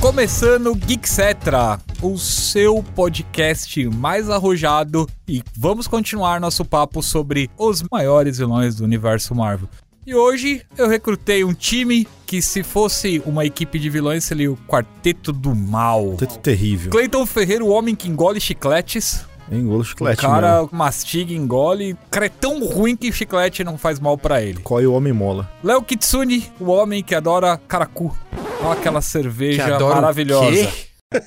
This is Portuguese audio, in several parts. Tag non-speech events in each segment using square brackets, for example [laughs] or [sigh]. começando Geeksetra, o seu podcast mais arrojado e vamos continuar nosso papo sobre os maiores vilões do universo Marvel. E hoje eu recrutei um time que se fosse uma equipe de vilões seria o Quarteto do Mal. Tanto terrível. Cleiton Ferreira, o homem que engole chicletes. Engolo O chiclete, cara mano. mastiga, engole. O cara é tão ruim que chiclete não faz mal pra ele. Coi o homem mola. Léo Kitsune, o homem que adora caracu. Ó, Aquela cerveja adora o maravilhosa. quê? É,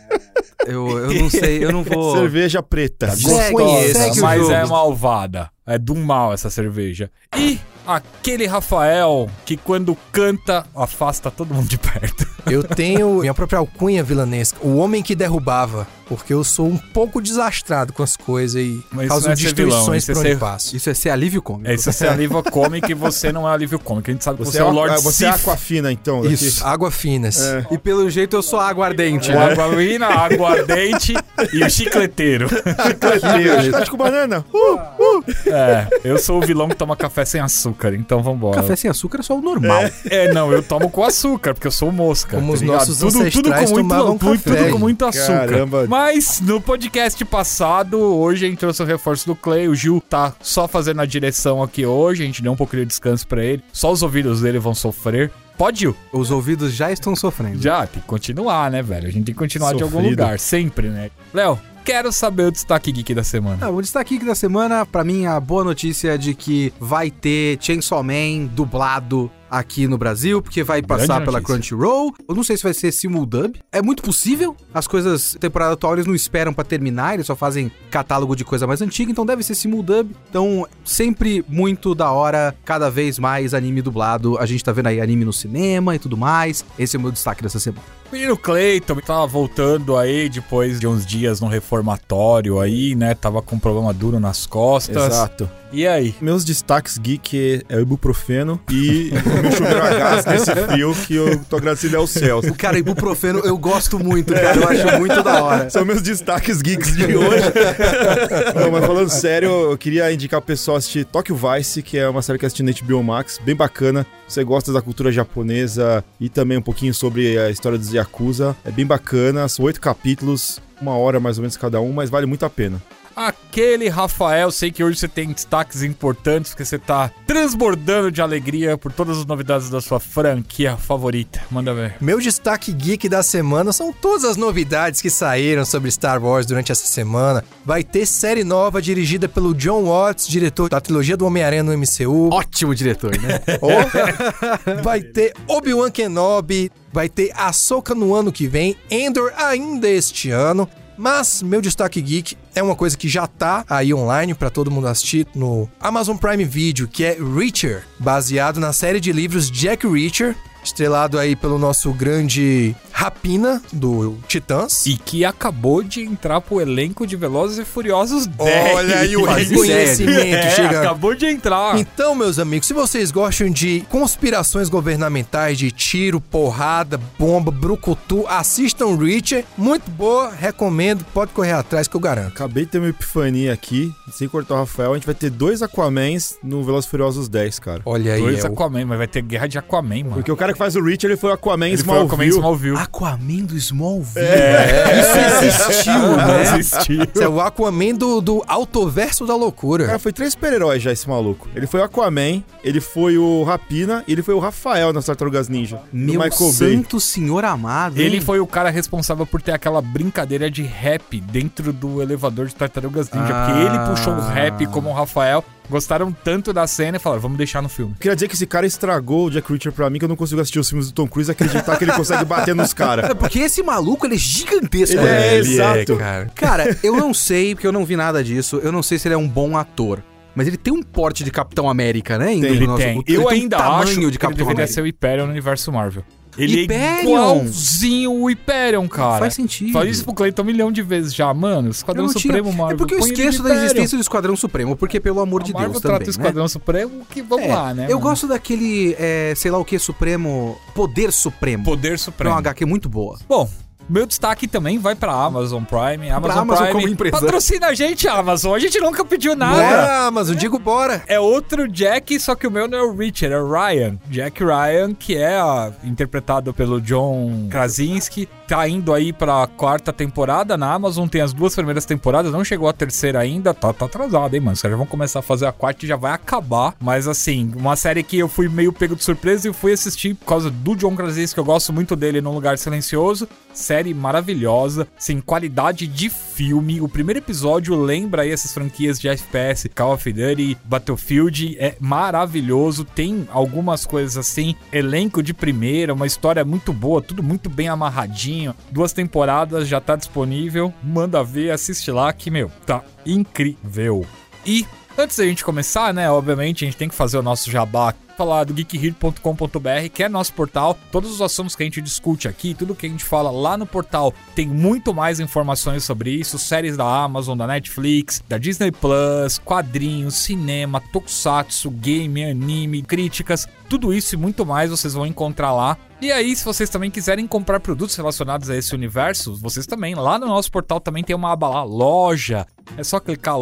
Eu, eu não sei, eu [laughs] não [laughs] vou. Cerveja preta. Segue, Gostosa. segue o Mas- Tá mas jogo. é malvada. É do mal essa cerveja. E aquele Rafael que quando canta afasta todo mundo de perto. Eu tenho minha própria alcunha vilanesca, o homem que derrubava, porque eu sou um pouco desastrado com as coisas e Mas isso causo não é ser vilão, destruições isso é pra onde ser- passo. Isso é ser alívio cômico. É isso você é alívio cômico e você não é alívio cômico. A gente sabe que você, é o aqua- Lord você é Sif. aquafina, então. daqui. [laughs] Água finas. É. E pelo jeito eu sou aguardente. né? né? O aguarina, aguardente e o chicleteiro. Chiclete com banana. Uh, É, eu sou o vilão que toma café sem açúcar, então vambora. Café sem açúcar é só o normal. É, não, eu tomo com açúcar, porque eu sou mosca. tá Como os ligado? nossos ancestrais tomavam tudo, café, tudo com hein? muito açúcar. Caramba. Mas no podcast passado, hoje a gente trouxe o reforço do Clay. O Gil tá só fazendo a direção aqui hoje. A gente deu um pouquinho de descanso pra ele. Só os ouvidos dele vão sofrer. Pode, Gil? Os ouvidos já estão sofrendo. Já, tem que continuar, né, velho? A gente tem que continuar de algum Sofrido. lugar, sempre, né? Léo, quero saber o destaque geek da semana. Ah, o destaque aqui da semana, pra mim, a boa notícia é de que vai ter Chainsaw Man dublado aqui no Brasil, porque vai Grande passar pela notícia. Crunchyroll. Eu não sei se vai ser simuldub. É muito possível. As coisas, temporada atual, eles não esperam pra terminar, eles só fazem catálogo de coisa mais antiga, então deve ser simuldub. Então, sempre muito da hora, cada vez mais anime dublado. A gente tá vendo aí anime no cinema e tudo mais. Esse é o meu destaque dessa semana. Menino Cleiton tava voltando aí depois de uns dias no reformatório aí, né? Tava com um problema duro nas costas. Exato. E aí? Meus destaques geek é o ibuprofeno e o meu chuveiro a gás [laughs] nesse frio que eu tô agradecido é ao céu. O cara ibuprofeno, eu gosto muito, cara. [laughs] Eu acho muito da hora. São meus destaques geeks de hoje. [laughs] Não, mas falando sério, eu queria indicar o pessoal a assistir Tokyo Vice, que é uma série que eu assisti na HBO Max, bem bacana. Você gosta da cultura japonesa e também um pouquinho sobre a história dos Yakuza. É bem bacana, são oito capítulos, uma hora mais ou menos cada um, mas vale muito a pena. Aquele Rafael, sei que hoje você tem destaques importantes, porque você tá transbordando de alegria por todas as novidades da sua franquia favorita. Manda ver. Meu destaque geek da semana são todas as novidades que saíram sobre Star Wars durante essa semana. Vai ter série nova dirigida pelo John Watts, diretor da trilogia do Homem-Aranha no MCU. Ótimo diretor, né? Vai ter Obi-Wan Kenobi, vai ter Ahsoka no ano que vem, Endor ainda este ano. Mas meu destaque geek é uma coisa que já tá aí online pra todo mundo assistir no Amazon Prime Video, que é Reacher, baseado na série de livros Jack Reacher, estrelado aí pelo nosso grande Rapina do Titãs. E que acabou de entrar pro elenco de Velozes e Furiosos 10. Olha [laughs] aí o Faz reconhecimento É, chegando. acabou de entrar. Então, meus amigos, se vocês gostam de conspirações governamentais, de tiro, porrada, bomba, brucutu, assistam Reacher. Muito boa, recomendo. Pode correr atrás que eu garanto. Acabei de ter uma epifania aqui, sem cortar o Rafael, a gente vai ter dois Aquamans no Velozes e Furiosos 10, cara. Olha aí, Dois é o- Aquaman, mas vai ter guerra de Aquaman, mano. Então, Porque o cara que faz o Rich, ele foi o Aquaman Ele foi o Aquaman Smallville. Smallville. [laughs] Aquaman do Smallville. É. Isso existiu, [laughs] Não né? existiu. esse é o Aquaman do, do autoverso da loucura. Cara, foi três super-heróis já esse maluco. Ele foi o Aquaman, ele foi o Rapina e ele foi o Rafael nas Tartarugas Ninja. Meu do Michael Bay. santo senhor amado. hein? Ele foi o cara responsável por ter aquela brincadeira de rap dentro do elevador de Tartarugas Ninja, porque Ah. ele puxou o rap como o Rafael. Gostaram tanto da cena e falaram, vamos deixar no filme. Queria dizer que esse cara estragou o Jack Reacher pra mim, que eu não consigo assistir os filmes do Tom Cruise e acreditar que ele consegue bater nos caras. [laughs] É porque esse maluco, ele é gigantesco. Ele né? é, exato. cara. Cara, eu não sei, porque eu não vi nada disso. Eu não sei se ele é um bom ator. Mas ele tem um porte de Capitão América, né? ainda Tem, no Ele nosso- tem. ele Eu um ainda tamanho acho de que ele Capitão deveria América. ser o Hyperion no universo Marvel. Ele é Hyperion? igualzinho o Hyperion, cara. Faz sentido. Falei isso pro Cleiton um milhão de vezes já, mano. Eu Esquadrão não tinha- Supremo, Marvel. É porque eu põe ele de esqueço da Hyperion. existência do Esquadrão Supremo, porque pelo amor A de Marvel Deus trata também, o né? Esquadrão Supremo que vamos É, lá, né? Eu mano? gosto daquele, é, sei lá o que, Supremo. Poder Supremo. Poder É Supremo. uma HQ muito boa. Bom, Meu destaque também vai pra Amazon Prime. Amazon Amazon Prime como empresa. Né? patrocina a gente, Amazon. A gente nunca pediu Não é nada. a Amazon, digo bora. É outro Jack, só que o meu não é o Richard, é o Ryan. Jack Ryan, que é ah, interpretado pelo John Krasinski. Tá indo aí pra quarta temporada na Amazon. Tem as duas primeiras temporadas, não chegou a terceira ainda. Tá, tá atrasado, hein, mano. Os caras vão começar a fazer a quarta e já vai acabar. Mas assim, uma série que eu fui meio pego de surpresa e fui assistir por causa do John Krasinski, que eu gosto muito dele num lugar silencioso. Série maravilhosa, sem qualidade de filme. O primeiro episódio lembra aí essas franquias de FPS, Call of Duty, Battlefield. É maravilhoso, tem algumas coisas assim, elenco de primeira, uma história muito boa, tudo muito bem amarradinho. Duas temporadas já tá disponível. Manda ver, assiste lá que, meu, tá incrível. E antes da gente começar, né? Obviamente, a gente tem que fazer o nosso jabá. Falar do geekhead.com.br, que é nosso portal. Todos os assuntos que a gente discute aqui, tudo que a gente fala lá no portal, tem muito mais informações sobre isso. Séries da Amazon, da Netflix, da Disney Plus, quadrinhos, cinema, tokusatsu, game, anime, críticas, tudo isso e muito mais vocês vão encontrar lá. E aí, se vocês também quiserem comprar produtos relacionados a esse universo, vocês também, lá no nosso portal também tem uma aba lá, loja. É só clicar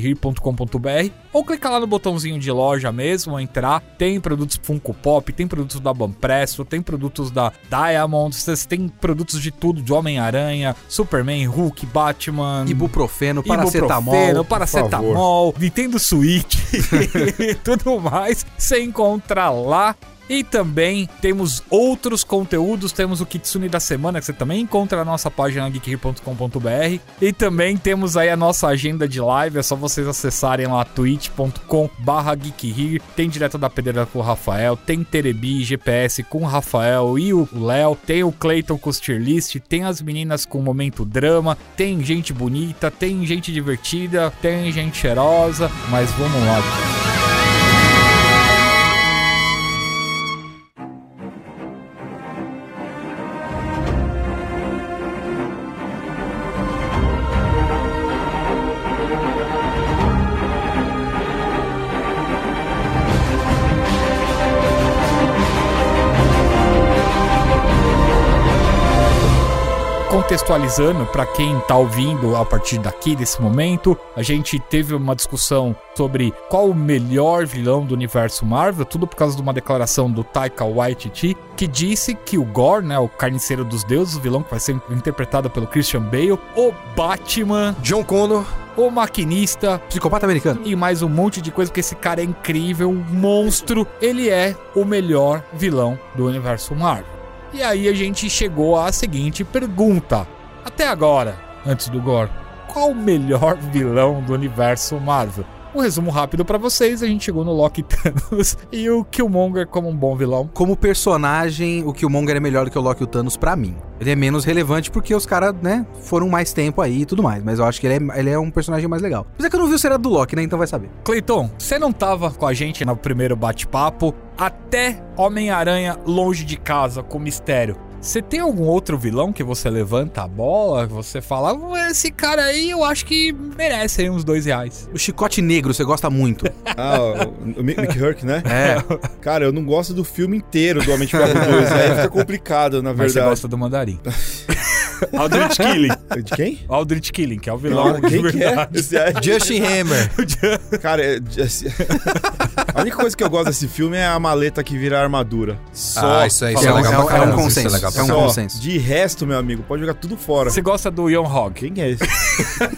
loja.geekhere.com.br ou clicar lá no botãozinho de loja mesmo, entrar. Tem produtos Funko Pop, tem produtos da Banpresto, tem produtos da Diamond, vocês têm produtos de tudo, de Homem-Aranha, Superman, Hulk, Batman, Ibuprofeno, Hum. Ibuprofeno, paracetamol. paracetamol, Nintendo [laughs] Switch [laughs] e tudo mais, você encontra lá. E também temos outros conteúdos, temos o Kitsune da semana que você também encontra na nossa página geekhere.com.br e também temos aí a nossa agenda de live, é só vocês acessarem lá twitch.com/geekhere. Tem direto da pedreira com o Rafael, tem Terebi, GPS com o Rafael e o Léo, tem o Clayton com os tier list, tem as meninas com o momento drama, tem gente bonita, tem gente divertida, tem gente cheirosa, mas vamos lá. contextualizando para quem tá ouvindo a partir daqui desse momento, a gente teve uma discussão sobre qual o melhor vilão do universo Marvel, tudo por causa de uma declaração do Taika Waititi, que disse que o Gore, né, o carniceiro dos deuses, o vilão que vai ser interpretado pelo Christian Bale, o Batman, John Connor, o maquinista, Psicopata americano. e mais um monte de coisa, porque esse cara é incrível, um monstro. Ele é o melhor vilão do universo Marvel. E aí a gente chegou à seguinte pergunta. Até agora, antes do Gore, qual o melhor vilão do universo Marvel? Um resumo rápido pra vocês, a gente chegou no Loki [laughs] Thanos e o Killmonger como um bom vilão. Como personagem, o Killmonger é melhor do que o Loki e o Thanos pra mim. Ele é menos relevante porque os caras, né, foram mais tempo aí e tudo mais. Mas eu acho que ele é, ele é um personagem mais legal. Mas é que eu não vi o seriado do Loki, né? Então vai saber. Cleiton, você não tava com a gente no primeiro bate-papo, até Homem-Aranha longe de casa com mistério. Você tem algum outro vilão que você levanta a bola, que você fala, "Hum, esse cara aí eu acho que merece aí uns dois reais. O Chicote Negro, você gosta muito. Ah, o, o Mick Mick Hurk, né? É. Cara, eu não gosto do filme inteiro do Homem de Ferro 2. Aí fica complicado, na Mas você verdade. gosta do mandarim. [laughs] Aldrich Killing. De quem? [laughs] Aldrich Killing, que é o vilão de Não, quem que é? verdade. Esse é? Justin Hammer. Cara, é- esse- [laughs] a única coisa que eu gosto desse filme é a maleta que vira armadura. Só. Ah, isso aí, Que isso é, é um, legal é um- pra é um caramba, isso consenso. é legal pra é um Só. consenso. De resto, meu amigo, pode jogar tudo fora. [laughs] Você gosta do Ion Hog? Quem é esse? [laughs]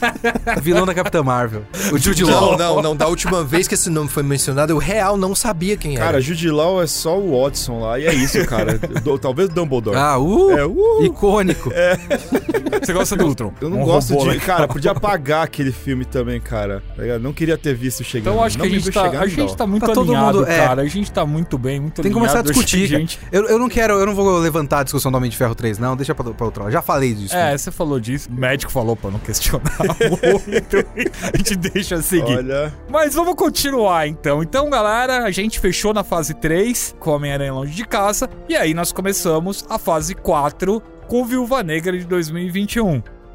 Vilão da Capitã Marvel. O Jude Não, Law. não, não. Da última vez que esse nome foi mencionado, eu real não sabia quem era. Cara, Jude Law é só o Watson lá. E é isso, [laughs] cara. Do- talvez o Dumbledore. Ah, uh, É, uh, Icônico. Você gosta do Ultron? Eu não Um gosto robô, de. né? Cara, podia apagar aquele filme também, cara. Tá ligado? Não queria ter visto chegando. Então acho Não que a me gente, viu tá, chegando, a gente não. tá muito Tá todo alinhado, mundo- é. cara. A gente tá muito bem, muito Tem que começar a alinhado. Acho discutir. que a cara. gente... Eu, eu não quero, eu não vou levantar a discussão do Homem de Ferro 3, não. Deixa pra, pra outra hora. Já falei disso. É, você falou disso. O médico falou pra não questionar [laughs] muito. A gente deixa seguir. Olha. Mas vamos continuar então. Então, galera, a gente fechou na fase 3 com Homem-Aranha Longe de Casa. E aí nós começamos a fase 4 com Viúva Negra de 2021.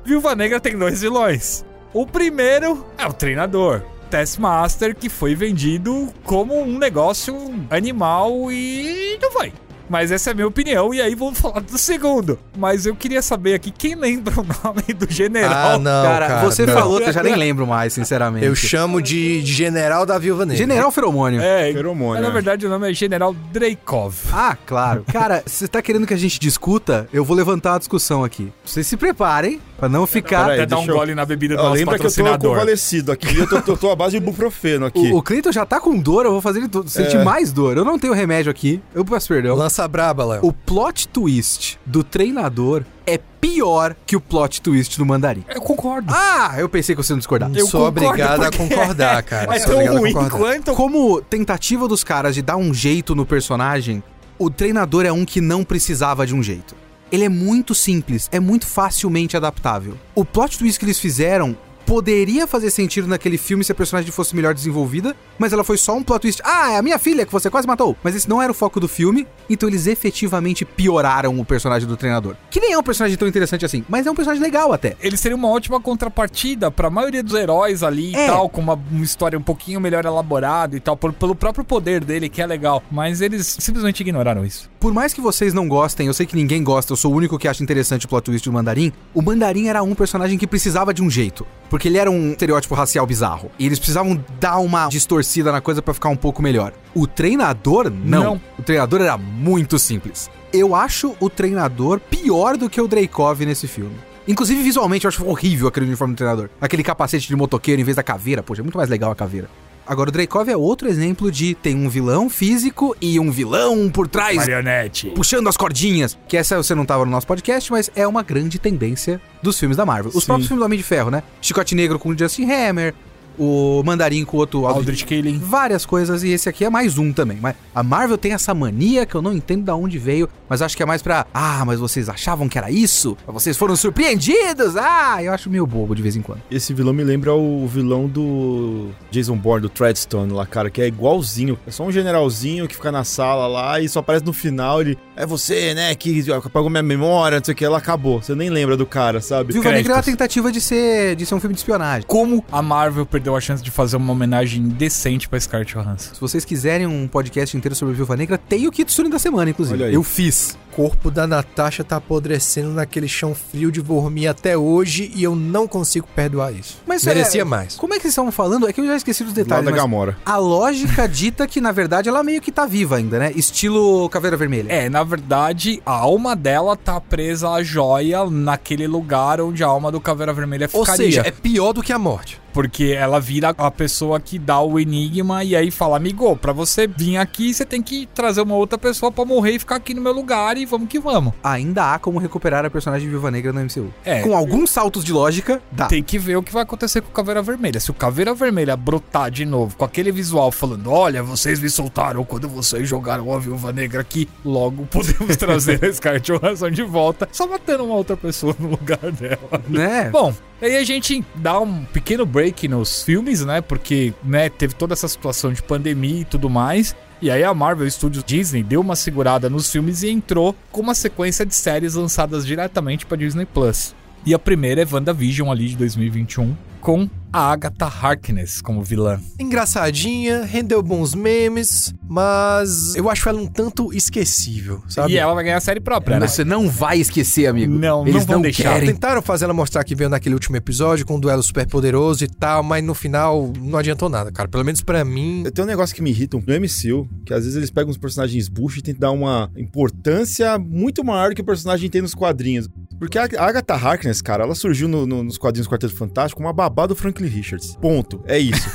Viúva Negra tem dois vilões. O primeiro é o treinador. Taskmaster, que foi vendido como um negócio animal um e não foi. Mas essa é a minha opinião, e aí vamos [laughs] falar do segundo. Mas eu queria saber aqui quem lembra o nome do general. Ah, não, cara. cara, você não. falou, [laughs] eu né? já nem lembro mais, sinceramente. Eu chamo de, de General da Viúva Negra. General Feromônio. É, Feromônio, mas, na é. verdade o nome é General Dreykov. Ah, claro. Cara, se você tá querendo que a gente discuta, eu vou levantar a discussão aqui. Vocês se preparem pra não ficar. Peraí, Até dar um deixa eu- gole na bebida do Ó, nosso lembra que eu tô patrocinador. convalescido aqui. Eu tô, tô, tô à base de ibuprofeno aqui. É. O, o Cleiton já tá com dor, eu vou fazer ele do- sentir mais dor. Eu não tenho remédio aqui. Eu peço perdão. Lança braba, Léo. O plot twist do treinador é pior que o plot twist do É. mandarim. Eu concordo. Ah, eu pensei que você não discordar. Eu sou concordo obrigado a porque [laughs] concordar, cara. é tão Sou obrigado a ruim concordar. quanto. Como tentativa dos caras de dar um jeito no personagem, o treinador é um que não precisava de um jeito. Ele é muito simples, é muito facilmente adaptável. O plot twist que eles fizeram poderia fazer sentido naquele filme se a personagem fosse melhor desenvolvida, mas ela foi só um plot twist. Ah, é a minha filha que você quase matou. Mas esse não era o foco do filme, então eles efetivamente pioraram o personagem do treinador. Que nem é um personagem tão interessante assim, mas é um personagem legal até. Ele seria uma ótima contrapartida pra maioria dos heróis ali É. e tal, com uma, uma história um pouquinho melhor elaborada e tal, por- pelo próprio poder dele, que é legal. Mas eles simplesmente ignoraram isso. Por mais que vocês não gostem, eu sei que ninguém gosta, eu sou o único que acha interessante o plot twist do Mandarim. O Mandarim era um personagem que precisava de um jeito, porque ele era um estereótipo racial bizarro. E eles precisavam dar uma distorcida na coisa pra ficar um pouco melhor. O treinador, não. Não. O treinador era muito simples. Eu acho o treinador pior do que o Dreykov nesse filme. Inclusive, visualmente, eu acho horrível aquele uniforme do treinador. Aquele capacete de motoqueiro em vez da caveira. Poxa, é muito mais legal a caveira. Agora, o Dreykov é outro exemplo de tem um vilão físico e um vilão por trás Marionete. puxando as cordinhas. Que essa você não tava no nosso podcast, mas é uma grande tendência dos filmes da Marvel. Os próprios filmes do Homem de Ferro, né? Chicote Negro com o Justin Hammer, o Mandarim com o outro Aldrich. Aldrich Killing. Várias coisas, e esse aqui é mais um também. Mas a Marvel tem essa mania que eu não entendo da onde veio, mas acho que é mais pra. Ah, mas vocês achavam que era isso? Vocês foram surpreendidos? Ah, eu acho meio bobo de vez em quando. Esse vilão me lembra o vilão do Jason Bourne, do Treadstone lá, cara, que é igualzinho. É só um generalzinho que fica na sala lá e só aparece no final ele. É você, né, que apagou minha memória, não sei o que, ela acabou. Você nem lembra do cara, sabe? Viúva Negra é uma Créditos. tentativa de ser, de ser um filme de espionagem. Como a Marvel perdeu a chance de fazer uma homenagem decente pra Scarlett Johansson. Se vocês quiserem um podcast inteiro sobre Viúva Negra, tem o Kitsune da semana, inclusive. Olha aí. Eu fiz. O corpo da Natasha tá apodrecendo naquele chão frio de Vormir até hoje e eu não consigo perdoar isso. Mas Merecia é- mais. Como é que vocês estavam falando? É que eu já esqueci dos Lá detalhes. da mas Gamora. a lógica dita que, na verdade, ela meio que tá viva ainda, né? Estilo Caveira Vermelha. É, na verdade, a alma dela tá presa à joia naquele lugar onde a alma do Caveira Vermelha Ou ficaria. seja, é pior do que a morte. Porque ela vira a pessoa que dá o enigma e aí fala, amigo, pra você vir aqui, você tem que trazer uma outra pessoa pra morrer e ficar aqui no meu lugar e vamos que vamos. Ainda há como recuperar a personagem Viúva Negra no MCU. É. Com alguns saltos de lógica, dá. Tem que ver o que vai acontecer com o Caveira Vermelha. Se o Caveira Vermelha brotar de novo com aquele visual falando, olha, vocês me soltaram quando vocês jogaram a Viúva Negra aqui, logo [laughs] podemos trazer a Scarlett Johansson de volta, só matando uma outra pessoa no lugar dela. Né? Bom, aí a gente dá um pequeno break nos filmes, né? Porque, né, teve toda essa situação de pandemia e tudo mais. E aí a Marvel Studios Disney deu uma segurada nos filmes e entrou com uma sequência de séries lançadas diretamente pra Disney Plus. E a primeira é WandaVision ali de 2021 com a Agatha Harkness como vilã. Engraçadinha, rendeu bons memes, mas eu acho ela um tanto esquecível, sabe? E ela vai ganhar a série própria, né? Você não vai esquecer, amigo. Não, não Eles vão deixar. querem. Tentaram fazer ela mostrar que veio naquele último episódio com um duelo super poderoso e tal, mas no final não adiantou nada, cara. Pelo menos pra mim. Tem um negócio que me irrita no MCU, que às vezes eles pegam uns personagens bucha e tentam dar uma importância muito maior que o personagem tem nos quadrinhos. Porque a Agatha Harkness, cara, ela surgiu no- no- nos quadrinhos do Quarteto Fantástico como a babá do Franklin Richards. Ponto. É [laughs] isso.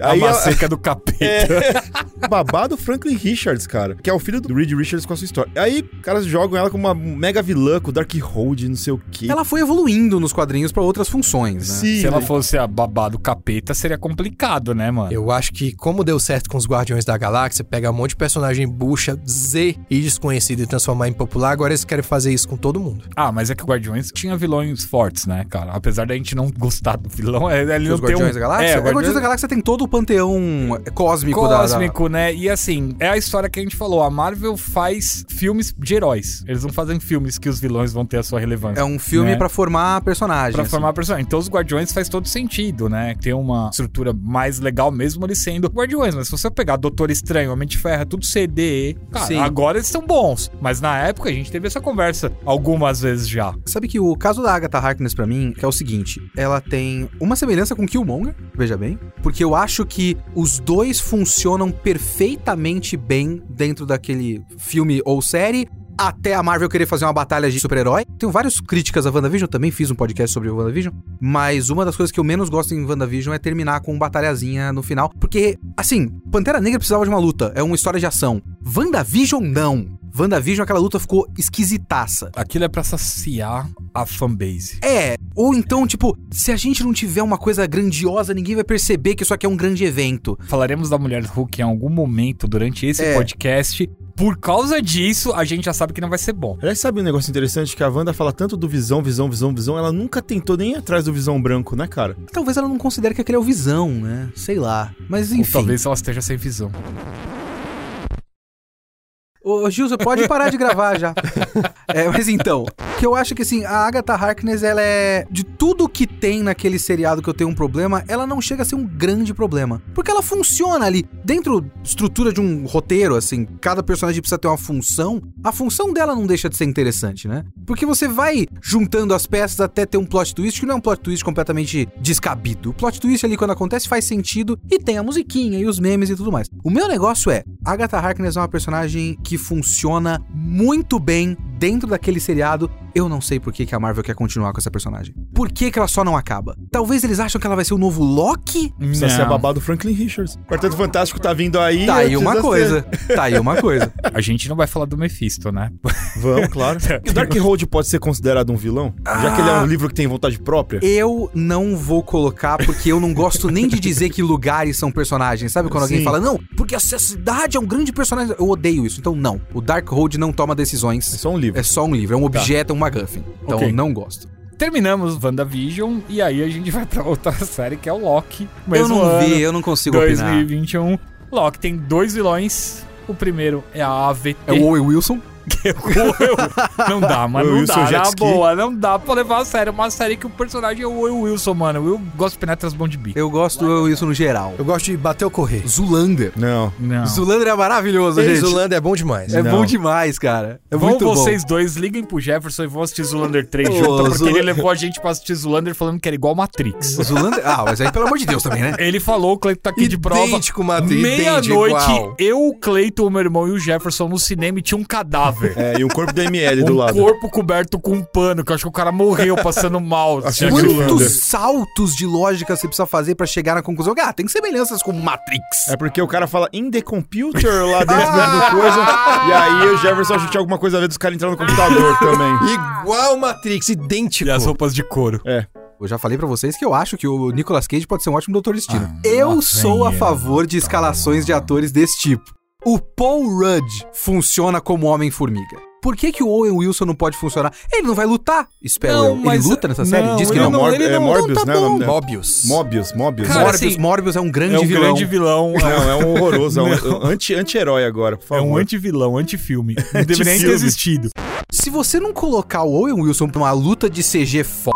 A ela- maceca do capeta. babado Franklin Richards, cara. Que é o filho do Reed Richards com a sua história. Aí, caras jogam ela como uma mega vilã, com Dark Hold, não sei o quê. Ela foi evoluindo nos quadrinhos pra outras funções, né? Sim, Se ela fosse a babá do capeta, seria complicado, né, mano? Eu acho que, como deu certo com os Guardiões da Galáxia, pegar um monte de personagem bucha, Z e desconhecido e transformar em popular, agora eles querem fazer isso com todo mundo. Ah, Ah, mas é que o Guardiões tinha vilões fortes, né, cara? Apesar da gente não gostar do vilão, é, ele não Os tem um... Guardiões da Galáxia? É, É, o Guardiões é da Galáxia tem todo o panteão cósmico, da- da- Cósmico, né? E assim, é a história que a gente falou. A Marvel faz filmes de heróis. Eles não fazem filmes que os vilões vão ter a sua relevância. É um assim. filme Né? pra formar personagens. Pra formar personagem. Então, os Guardiões faz todo sentido, né? Tem uma estrutura mais legal mesmo eles sendo Guardiões. Mas se você pegar Doutor Estranho, Homem de Ferro, é tudo CD, cara, Sim. agora eles são bons. Mas na época a gente teve essa conversa algumas vezes já. Sabe que o caso da Agatha Harkness pra mim que é o seguinte, ela tem uma semelhança com Killmonger, veja bem, porque eu acho que os dois funcionam perfeitamente bem dentro daquele filme ou série. Até a Marvel querer fazer uma batalha de super-herói. Tenho várias críticas a WandaVision, também fiz um podcast sobre o WandaVision. Mas uma das coisas que eu menos gosto em WandaVision é terminar com uma batalhazinha no final. Porque, assim, Pantera Negra precisava de uma luta, é uma história de ação. WandaVision não. WandaVision, aquela luta ficou esquisitaça. Aquilo é pra saciar a fanbase. É, ou então, tipo, se a gente não tiver uma coisa grandiosa, ninguém vai perceber que isso aqui é um grande evento. Falaremos da Mulher Hulk em algum momento durante esse É. podcast. Por causa disso, a gente já sabe que não vai ser bom. Aliás, sabe um negócio interessante? Que a Wanda fala tanto do Visão, Visão, Visão, Visão, ela nunca tentou nem ir atrás do Visão Branco, né, cara? Talvez ela não considere que aquele é o Visão, né? Sei lá. Mas enfim. Ou talvez ela esteja sem visão. Ô, Gil, você pode parar de [laughs] gravar já. É, mas então, que eu acho que assim, a Agatha Harkness, ela é. De tudo que tem naquele seriado que eu tenho um problema, ela não chega a ser um grande problema. Porque ela funciona ali. Dentro da estrutura de um roteiro, assim, cada personagem precisa ter uma função. A função dela não deixa de ser interessante, né? Porque você vai juntando as peças até ter um plot twist, que não é um plot twist completamente descabido. O plot twist ali, quando acontece, faz sentido e tem a musiquinha e os memes e tudo mais. O meu negócio é, Agatha Harkness é uma personagem que funciona muito bem dentro daquele seriado. Eu não sei por que, que a Marvel quer continuar com essa personagem. Por que, que ela só não acaba? Talvez eles acham que ela vai ser o novo Loki? Precisa Não. ser a babá do Franklin Richards. Quarteto Fantástico tá vindo aí. Tá aí precisa uma ser. coisa. Tá aí uma coisa. A gente não vai falar do Mephisto, né? Vamos, [laughs] claro. E o Darkhold pode ser considerado um vilão? Já que ele é Ah. um livro que tem vontade própria? Eu não vou colocar porque eu não gosto nem de dizer que lugares são personagens. Sabe quando alguém Sim. fala, não, porque essa cidade é um grande personagem. Eu odeio isso. Então, não. O Darkhold não toma É decisões. só um livro. É só um livro, é um objeto, é um MacGuffin. Então, Ok. eu não gosto. Terminamos WandaVision e aí a gente [laughs] vai pra outra série que é o Loki. Mesmo eu não um ano, vi, eu não consigo opinar. 2021. Loki tem dois vilões. O primeiro é a AVT. É o Owen Wilson? Não [laughs] dá, mano. O Não Wilson dá, jet na ski. boa. Não dá pra levar a sério. Uma série que o personagem é o Will Wilson, mano. Eu gosto de penetras bom de bico. Eu gosto do Owen Wilson no geral. Eu gosto de bater ou correr. Zulander. Não. Não. Zulander é maravilhoso, Ei, gente. Zulanda é bom demais. É Não. bom demais, cara. É Vão muito bom. vocês dois, liguem pro Jefferson e vão assistir Zulander 3 Ô, junto, tá? porque Zula- ele levou a gente pra assistir Zulander falando que era igual Matrix. O Zulander... Ah, mas aí pelo amor de Deus também, né? Ele falou, o Cleiton tá aqui de prova. Idêntico, Matheus. Meia-noite, eu, o Cleiton, o meu irmão e o Jefferson no cinema e tinha um [laughs] cadáver. É, e um corpo da ML do um lado. corpo coberto com um pano, que eu acho que o cara morreu passando mal. Assim, Tinha muito- É aquilo- Zulander. Quantos saltos de lógica você precisa fazer pra chegar na conclusão? Ah, tem semelhanças com Matrix. É porque o cara fala in the computer lá dentro da coisa. E aí o Jefferson achou que tinha alguma coisa a ver dos caras entrando no [laughs] computador também. Igual Matrix, idêntico. E as roupas de couro. Eu já falei pra vocês que eu acho que o Nicolas Cage pode ser um ótimo doutor destino. Ah, eu sou a é. favor Tá de escalações de atores desse tipo. O Paul Rudd funciona como Homem-Formiga. Por que, que o Owen Wilson não pode funcionar? Ele não vai lutar, espero Não, eu. Ele mas- luta nessa não, série? Diz que ele não. não- Mor- ele é não- Morbius, não tá né? o bom. nome dela? Móbios. Morbius, Morbius. Cara, Morbius, assim, Morbius é um grande é um vilão. grande vilão. é Não, é um horroroso, [laughs] é um anti- anti-herói agora, por um- [laughs] É favor. um anti-vilão, anti-filme. Não deveria nem ter Anti-filme. existido. Se você não colocar o Owen Wilson pra uma luta de CG foda,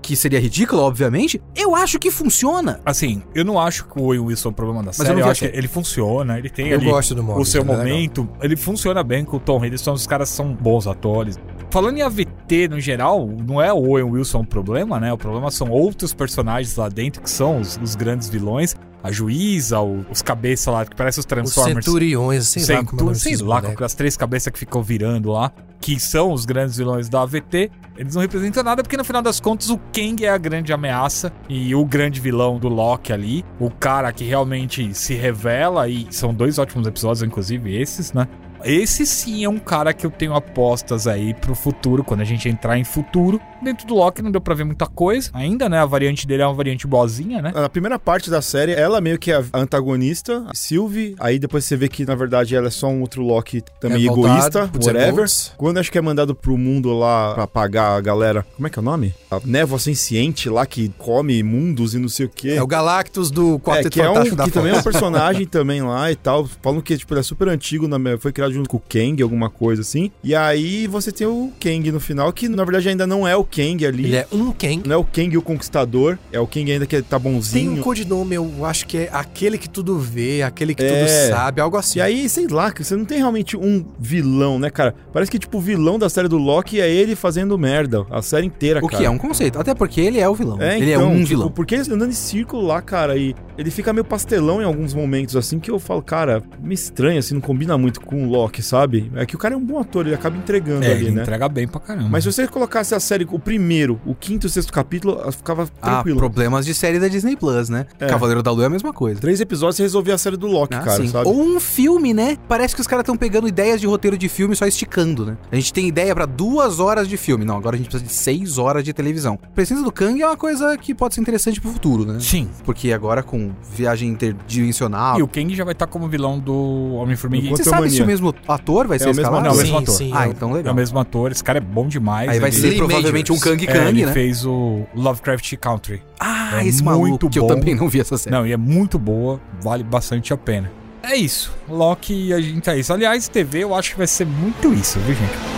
que seria ridícula, obviamente, eu acho que funciona. Assim, eu não acho que o Owen Wilson é o problema da série. eu não eu vi a acho que série. ele funciona, ele tem Eu ali gosto do Morbius, o seu ele é legal. momento. Ele funciona bem com o Tom Hiddleston, os caras são bons atores. Falando em AVT no geral, não é o Owen Wilson o problema, né? O problema são outros personagens lá dentro que são os, os grandes vilões. A juíza, o- os cabeças lá, que parecem os Os Transformers. centuriões, sei lá como é o Centur- nome sei desses lá, bonecos. com as três cabeças que ficam virando lá, que são os grandes vilões da AVT, eles não representam nada, porque no final das contas o Kang é a grande ameaça e o grande vilão do Loki ali, o cara que realmente se revela, e são dois ótimos episódios, inclusive esses, né? Esse sim é um cara que eu tenho apostas aí pro futuro, quando a gente entrar em futuro, Dentro do Loki não deu pra ver muita coisa ainda, né? A variante dele é uma variante boazinha, né? Na primeira parte da série, ela meio que é a antagonista, a Sylvie. Aí depois você vê que, na verdade, ela é só um outro Loki também É Revoltado, egoísta, putz, whatever. revolts. Quando acho que é mandado pro mundo lá pra apagar a galera. Como é que é o nome? A névoa senciente lá que come mundos e não sei o quê. É o Galactus do É, Quarteto que é um, Fantástico da que também é um Fox. personagem também lá e tal. Falam que tipo, ele é super antigo, na, foi criado junto com o Kang, alguma coisa assim. E aí você tem o Kang no final, que na verdade ainda não é o Kang ali. Ele é um Kang. Não é o Kang o Conquistador, é o Kang ainda que tá Tem bonzinho. um codinome, eu acho que é aquele que tudo vê, aquele que É. tudo sabe, algo assim. E aí, sei lá, que você não tem realmente um vilão, né, cara? Parece que, tipo, o vilão da série do Loki é ele fazendo merda a série inteira, O cara. que é um conceito. Até porque ele é o vilão. É, ele então, é um tipo, vilão. Porque ele andando em círculo lá, cara, e ele fica meio pastelão em alguns momentos, assim, que eu falo, cara, me estranha, assim, não combina muito com o Loki, sabe? É que o cara é um bom ator, ele acaba entregando É, ali, ele né? entrega bem pra caramba. Mas se você colocasse a série, o primeiro, o quinto e o sexto capítulo, eu ficava Ah, tranquilo. problemas de série da Disney Plus, né? É. Cavaleiro da Lua é a mesma coisa. Três episódios você resolvia a série do Loki, Ah, cara, sim. sabe? Ou um filme, né? Parece que os caras estão pegando ideias de roteiro de filme e só esticando, né? A gente tem ideia pra duas horas de filme. Não, agora a gente precisa de seis horas de televisão. A presença do Kang é uma coisa que pode ser interessante pro futuro, né? Sim. Porque agora com viagem interdimensional. E o Kang já vai estar como vilão Ah. do Homem-Formiga. Quanto Você sabe mania. se o mesmo ator vai o ser mesmo escalado? Não, é o sim, mesmo ator. sim. Ah, eu- então É legal. o mesmo ator. Esse cara é bom demais. Aí vai ele... ser Lee provavelmente Majors. um Kang É, Kang, ele né? fez o Lovecraft Country. Ah, É esse muito maluco que eu bom. também não vi essa série. Não, e é muito boa, vale bastante a pena. É isso. Loki, a gente é isso. Aliás, TV eu acho que vai ser muito isso, viu, gente?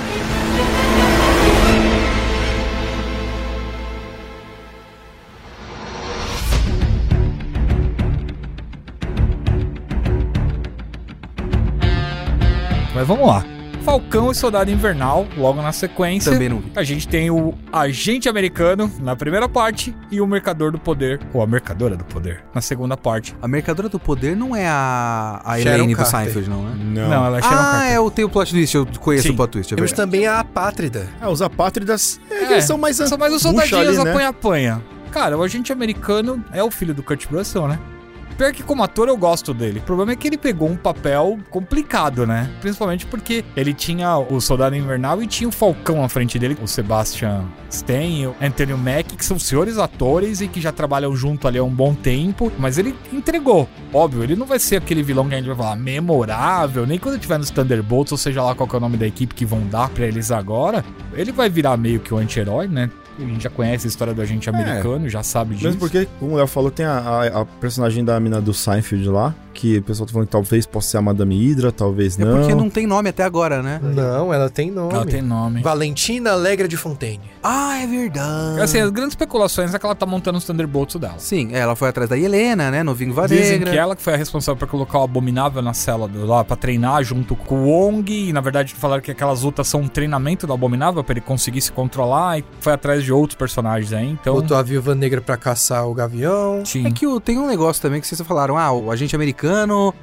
Mas vamos lá. Falcão e Soldado Invernal, logo na sequência. Também não vi. A gente tem o agente americano na primeira parte e o mercador do poder, ou a mercadora do poder, na segunda parte. A Mercadora do Poder não é a, a Sharon Elaine do Carter. Seinfeld, não, né? Não. Não, ela é Sharon Ah, Carter. é, eu tenho o plot twist, eu conheço Sim. o plot twist. É Temos verdade. também a Apátrida. É, os apátridas, é, É, eles são mais... São mais os bucha soldadinhos ali, né? apanha-apanha. Cara, o agente americano é o filho do Kurt Russell, né? Pior que como ator eu gosto dele. O problema é que ele pegou um papel complicado, né? Principalmente porque ele tinha o Soldado Invernal e tinha o Falcão à frente dele, o Sebastian Stan e o Anthony Mack, que são senhores atores e que já trabalham junto ali há um bom tempo. Mas ele entregou. Óbvio, ele não vai ser aquele vilão que a gente vai falar memorável, nem quando tiver nos Thunderbolts, ou seja lá qual que é o nome da equipe que vão dar pra eles agora. Ele vai virar meio que o anti-herói, né? A gente já conhece a história do agente americano, já sabe disso. Mesmo porque, como o Léo falou, tem a, a- a personagem da mina do Seinfeld lá, que o pessoal tá falando que talvez possa ser a Madame Hydra, talvez É não. porque não tem nome até agora, né? Não, ela tem nome. Ela tem nome. Valentina Alegre de Fontaine. Ah, é verdade. Assim, as grandes especulações é que ela tá montando os Thunderbolts dela. Sim, ela foi atrás da Helena, né? No Vingo Dizem Negra. que ela que foi a responsável pra colocar o Abominável na cela do- lá pra treinar junto com o Wong. E na verdade falaram que aquelas lutas são um treinamento do Abominável pra ele conseguir se controlar. E foi atrás de outros personagens aí. Então. Botou a Viúva Negra pra caçar o Gavião. Sim. É que o- tem um negócio também que vocês falaram, ah, o agente americano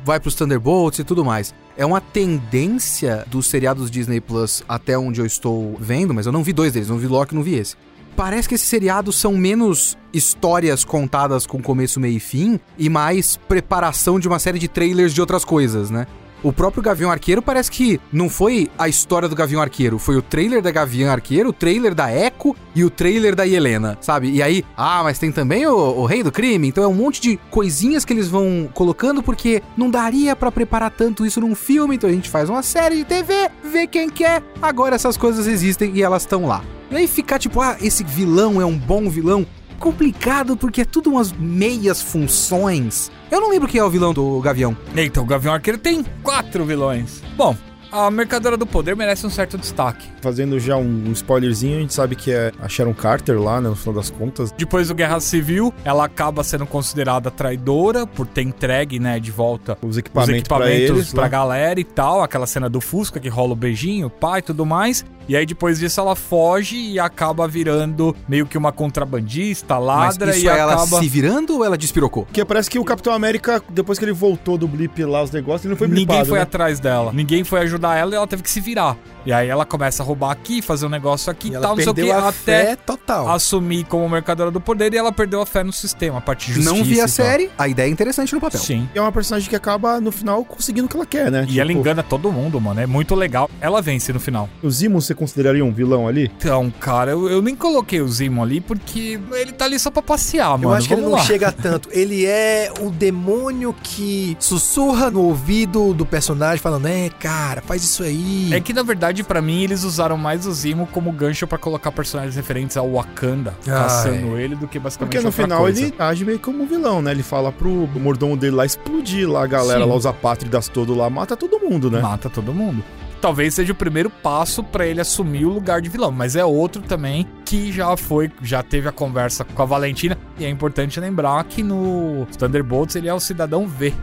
vai pros Thunderbolts e tudo mais. É uma tendência dos seriados Disney Plus até onde eu estou vendo, mas eu não vi dois deles, não vi Loki, não vi esse. Parece que esses seriados são menos histórias contadas com começo, meio e fim e mais preparação de uma série de trailers de outras coisas, né? O próprio Gavião Arqueiro parece que não foi a história do Gavião Arqueiro, foi o trailer da Gavião Arqueiro, o trailer da Echo e o trailer da Helena, sabe? E aí, ah, mas tem também o, o Rei do Crime, então é um monte de coisinhas que eles vão colocando porque não daria pra preparar tanto isso num filme, então a gente faz uma série de TV, vê quem quer. Agora essas coisas existem e elas estão lá. E aí ficar tipo, ah, esse vilão é um bom vilão, complicado porque é tudo umas meias funções. Eu não lembro quem é o vilão do Gavião. Eita, o Gavião Arqueiro tem quatro vilões. Bom, a Mercadora do Poder merece um certo destaque. Fazendo já um, um spoilerzinho, a gente sabe que é a Sharon Carter lá, né, no final das contas. Depois do Guerra Civil, ela acaba sendo considerada traidora por ter entregue, né, de volta Os os equipamentos, pra equipamentos eles. né? pra, lá. galera e tal, aquela cena do Fusca que rola o beijinho, pai e tudo mais. E aí depois disso ela foge e acaba virando meio que uma contrabandista, Mas ladra isso e é ela acaba se virando ou ela despirocou? Porque parece que o Capitão América, depois que ele voltou do blip lá, os negócios, ele não foi blipado, Ninguém foi né? atrás dela, ninguém foi ajudar ela e ela teve que se virar. E aí ela começa a roubar aqui, fazer um negócio aqui E e ela tal, não sei o perdeu que, a até Ah, fé É total. assumir como mercadora do poder e ela perdeu a fé no sistema, a parte de justiça. não vi a e tal. série, a ideia é interessante no papel. Sim. E é uma personagem que acaba, no final, conseguindo o que ela quer, né? E ela engana todo mundo, mano. É muito legal. Ela vence no final. O Zimon você consideraria um vilão ali? Então, cara, eu, eu nem coloquei o Zimo ali porque ele tá ali só pra passear, mano. Eu acho que ele Vamos não lá. chega a tanto. Ele é o demônio que sussurra no ouvido do personagem, falando: É, cara, faz isso aí. É que na verdade, pra mim, eles usaram mais o Zimo como gancho pra colocar personagens referentes ao Wakanda, caçando ele, do que basicamente Porque no outra final coisa. ele age meio como um vilão, né? Ele fala pro mordomo dele lá explodir lá a galera, Sim. lá os apátridas todo lá, mata todo mundo, né? mata todo mundo. Talvez seja o primeiro passo pra ele assumir o lugar de vilão, mas é outro também que já foi, já teve a conversa com a Valentina. E é importante lembrar que no Thunderbolts ele é o cidadão V.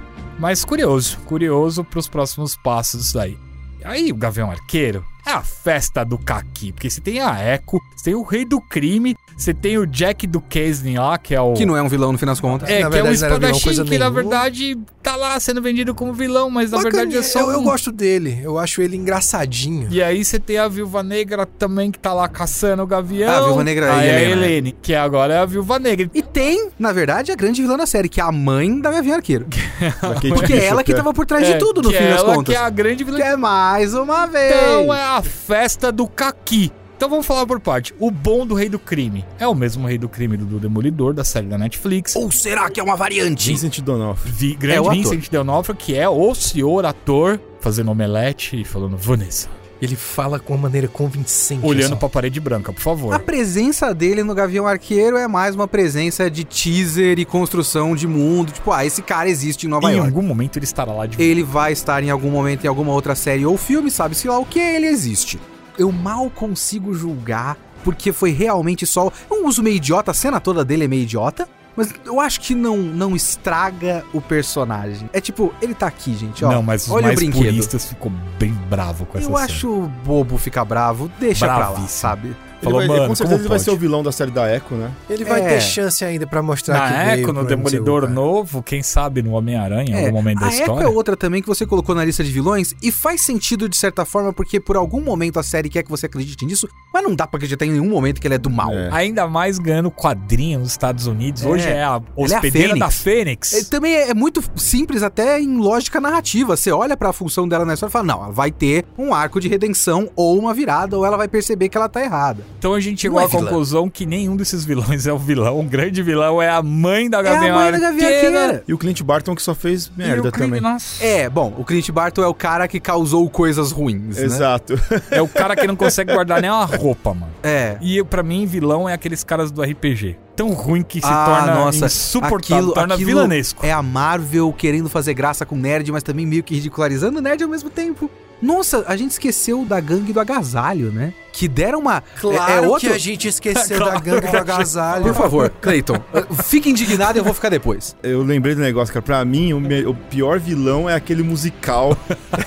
Mas curioso, curioso pros próximos passos disso daí. E Aí o Gavião Arqueiro é a festa do Kaki, porque você tem a Echo, você tem o Rei do Crime, você tem o Jack do Casney lá, que é o Que não é um vilão no fim das contas. é, Na que é um verdade, não era vilão espadachim coisa que, na nenhuma. verdade, tá lá sendo vendido como vilão, mas na verdade é Bacaninha, só eu, eu um gosto dele. Eu acho ele engraçadinho. E aí você tem a Viúva Negra também que tá lá caçando o Gavião. A Viúva Negra aí é a é a Helena, né? Helene, que agora é a Viúva Negra. E tem, na verdade, a grande vilã da série, que é a mãe da Gavinha Arqueiro. Da Kate Porque é Bishop, ela que é. tava por trás É, de tudo, no que fim é das ela contas. que é a grande vilã. Que é mais uma vez. Então é a festa do Kaki. Então vamos falar por parte. O bom do Rei do Crime é o mesmo Rei do Crime do Demolidor, da série da Netflix. Ou será que é uma variante? Vincent D'Onofrio. Vi, É o grande ator. Vincent D'Onofrio, que é o senhor ator, fazendo omelete e falando Vanessa. Ele fala com uma maneira convincente. Olhando assim. pra parede branca, por A favor. presença dele no Gavião Arqueiro é mais uma presença de teaser e construção de mundo. Tipo, ah, esse cara existe em Nova Em York. algum momento ele estará lá de Ele vai estar em algum momento em alguma outra série ou filme, sabe-se lá o que ele existe. Eu mal consigo julgar, porque foi realmente só um uso meio idiota, a cena toda dele é meio idiota, mas eu acho que não não estraga o personagem. É tipo, ele tá aqui, gente, ó. Não, mas os olha o mais brinquedo. puristas ficou bem bravo com essa eu cena. acho bobo ficar bravo, deixa pra lá, Bravíssimo. sabe? Ele Falou, vai- mano, com como certeza ele vai pode? ser o vilão da série da Echo, né? Ele vai É. ter chance ainda pra mostrar que Na veio Echo, no pro MCU, Demolidor cara. Novo, quem sabe no Homem-Aranha, em algum momento da a Echo é história. outra também que você colocou na lista de vilões e faz sentido de certa forma porque por algum momento a série quer que você acredite nisso, mas não dá pra acreditar em nenhum momento que ele é do mal. É. Ainda mais ganhando quadrinho nos Estados Unidos. É. Hoje é a é a hospedeira Fênix. da Fênix. É, também é é muito simples até em lógica narrativa. Você olha pra função dela na história e fala, não, ela vai ter um arco de redenção ou uma virada ou ela vai perceber que ela tá errada. Então a gente chegou Não é à conclusão que nenhum desses vilões [laughs] é o vilão. O grande vilão é a mãe da é Gavião a mãe da Gavião Arqueira. E o Clint Barton que só fez E o merda Clint- também. nossa. É, bom, o Clint Barton é o cara que causou coisas ruins, né? Exato. É o cara que não consegue guardar nem uma roupa, mano. É. E pra mim, vilão é aqueles caras do RPG. Tão ruim que se Ah, torna nossa, insuportável, aquilo- torna aquilo vilanesco. É a Marvel querendo fazer graça com nerd, mas também meio que ridicularizando o nerd ao mesmo tempo. Nossa, a gente esqueceu da gangue do agasalho, né? Que deram uma. é- é Claro outro- que a gente [laughs] esqueceu Claro da gangue do agasalho. Por favor, Clayton, fique indignado e eu vou ficar depois. Eu lembrei do negócio, cara. Pra mim, o, me- o pior vilão é aquele musical.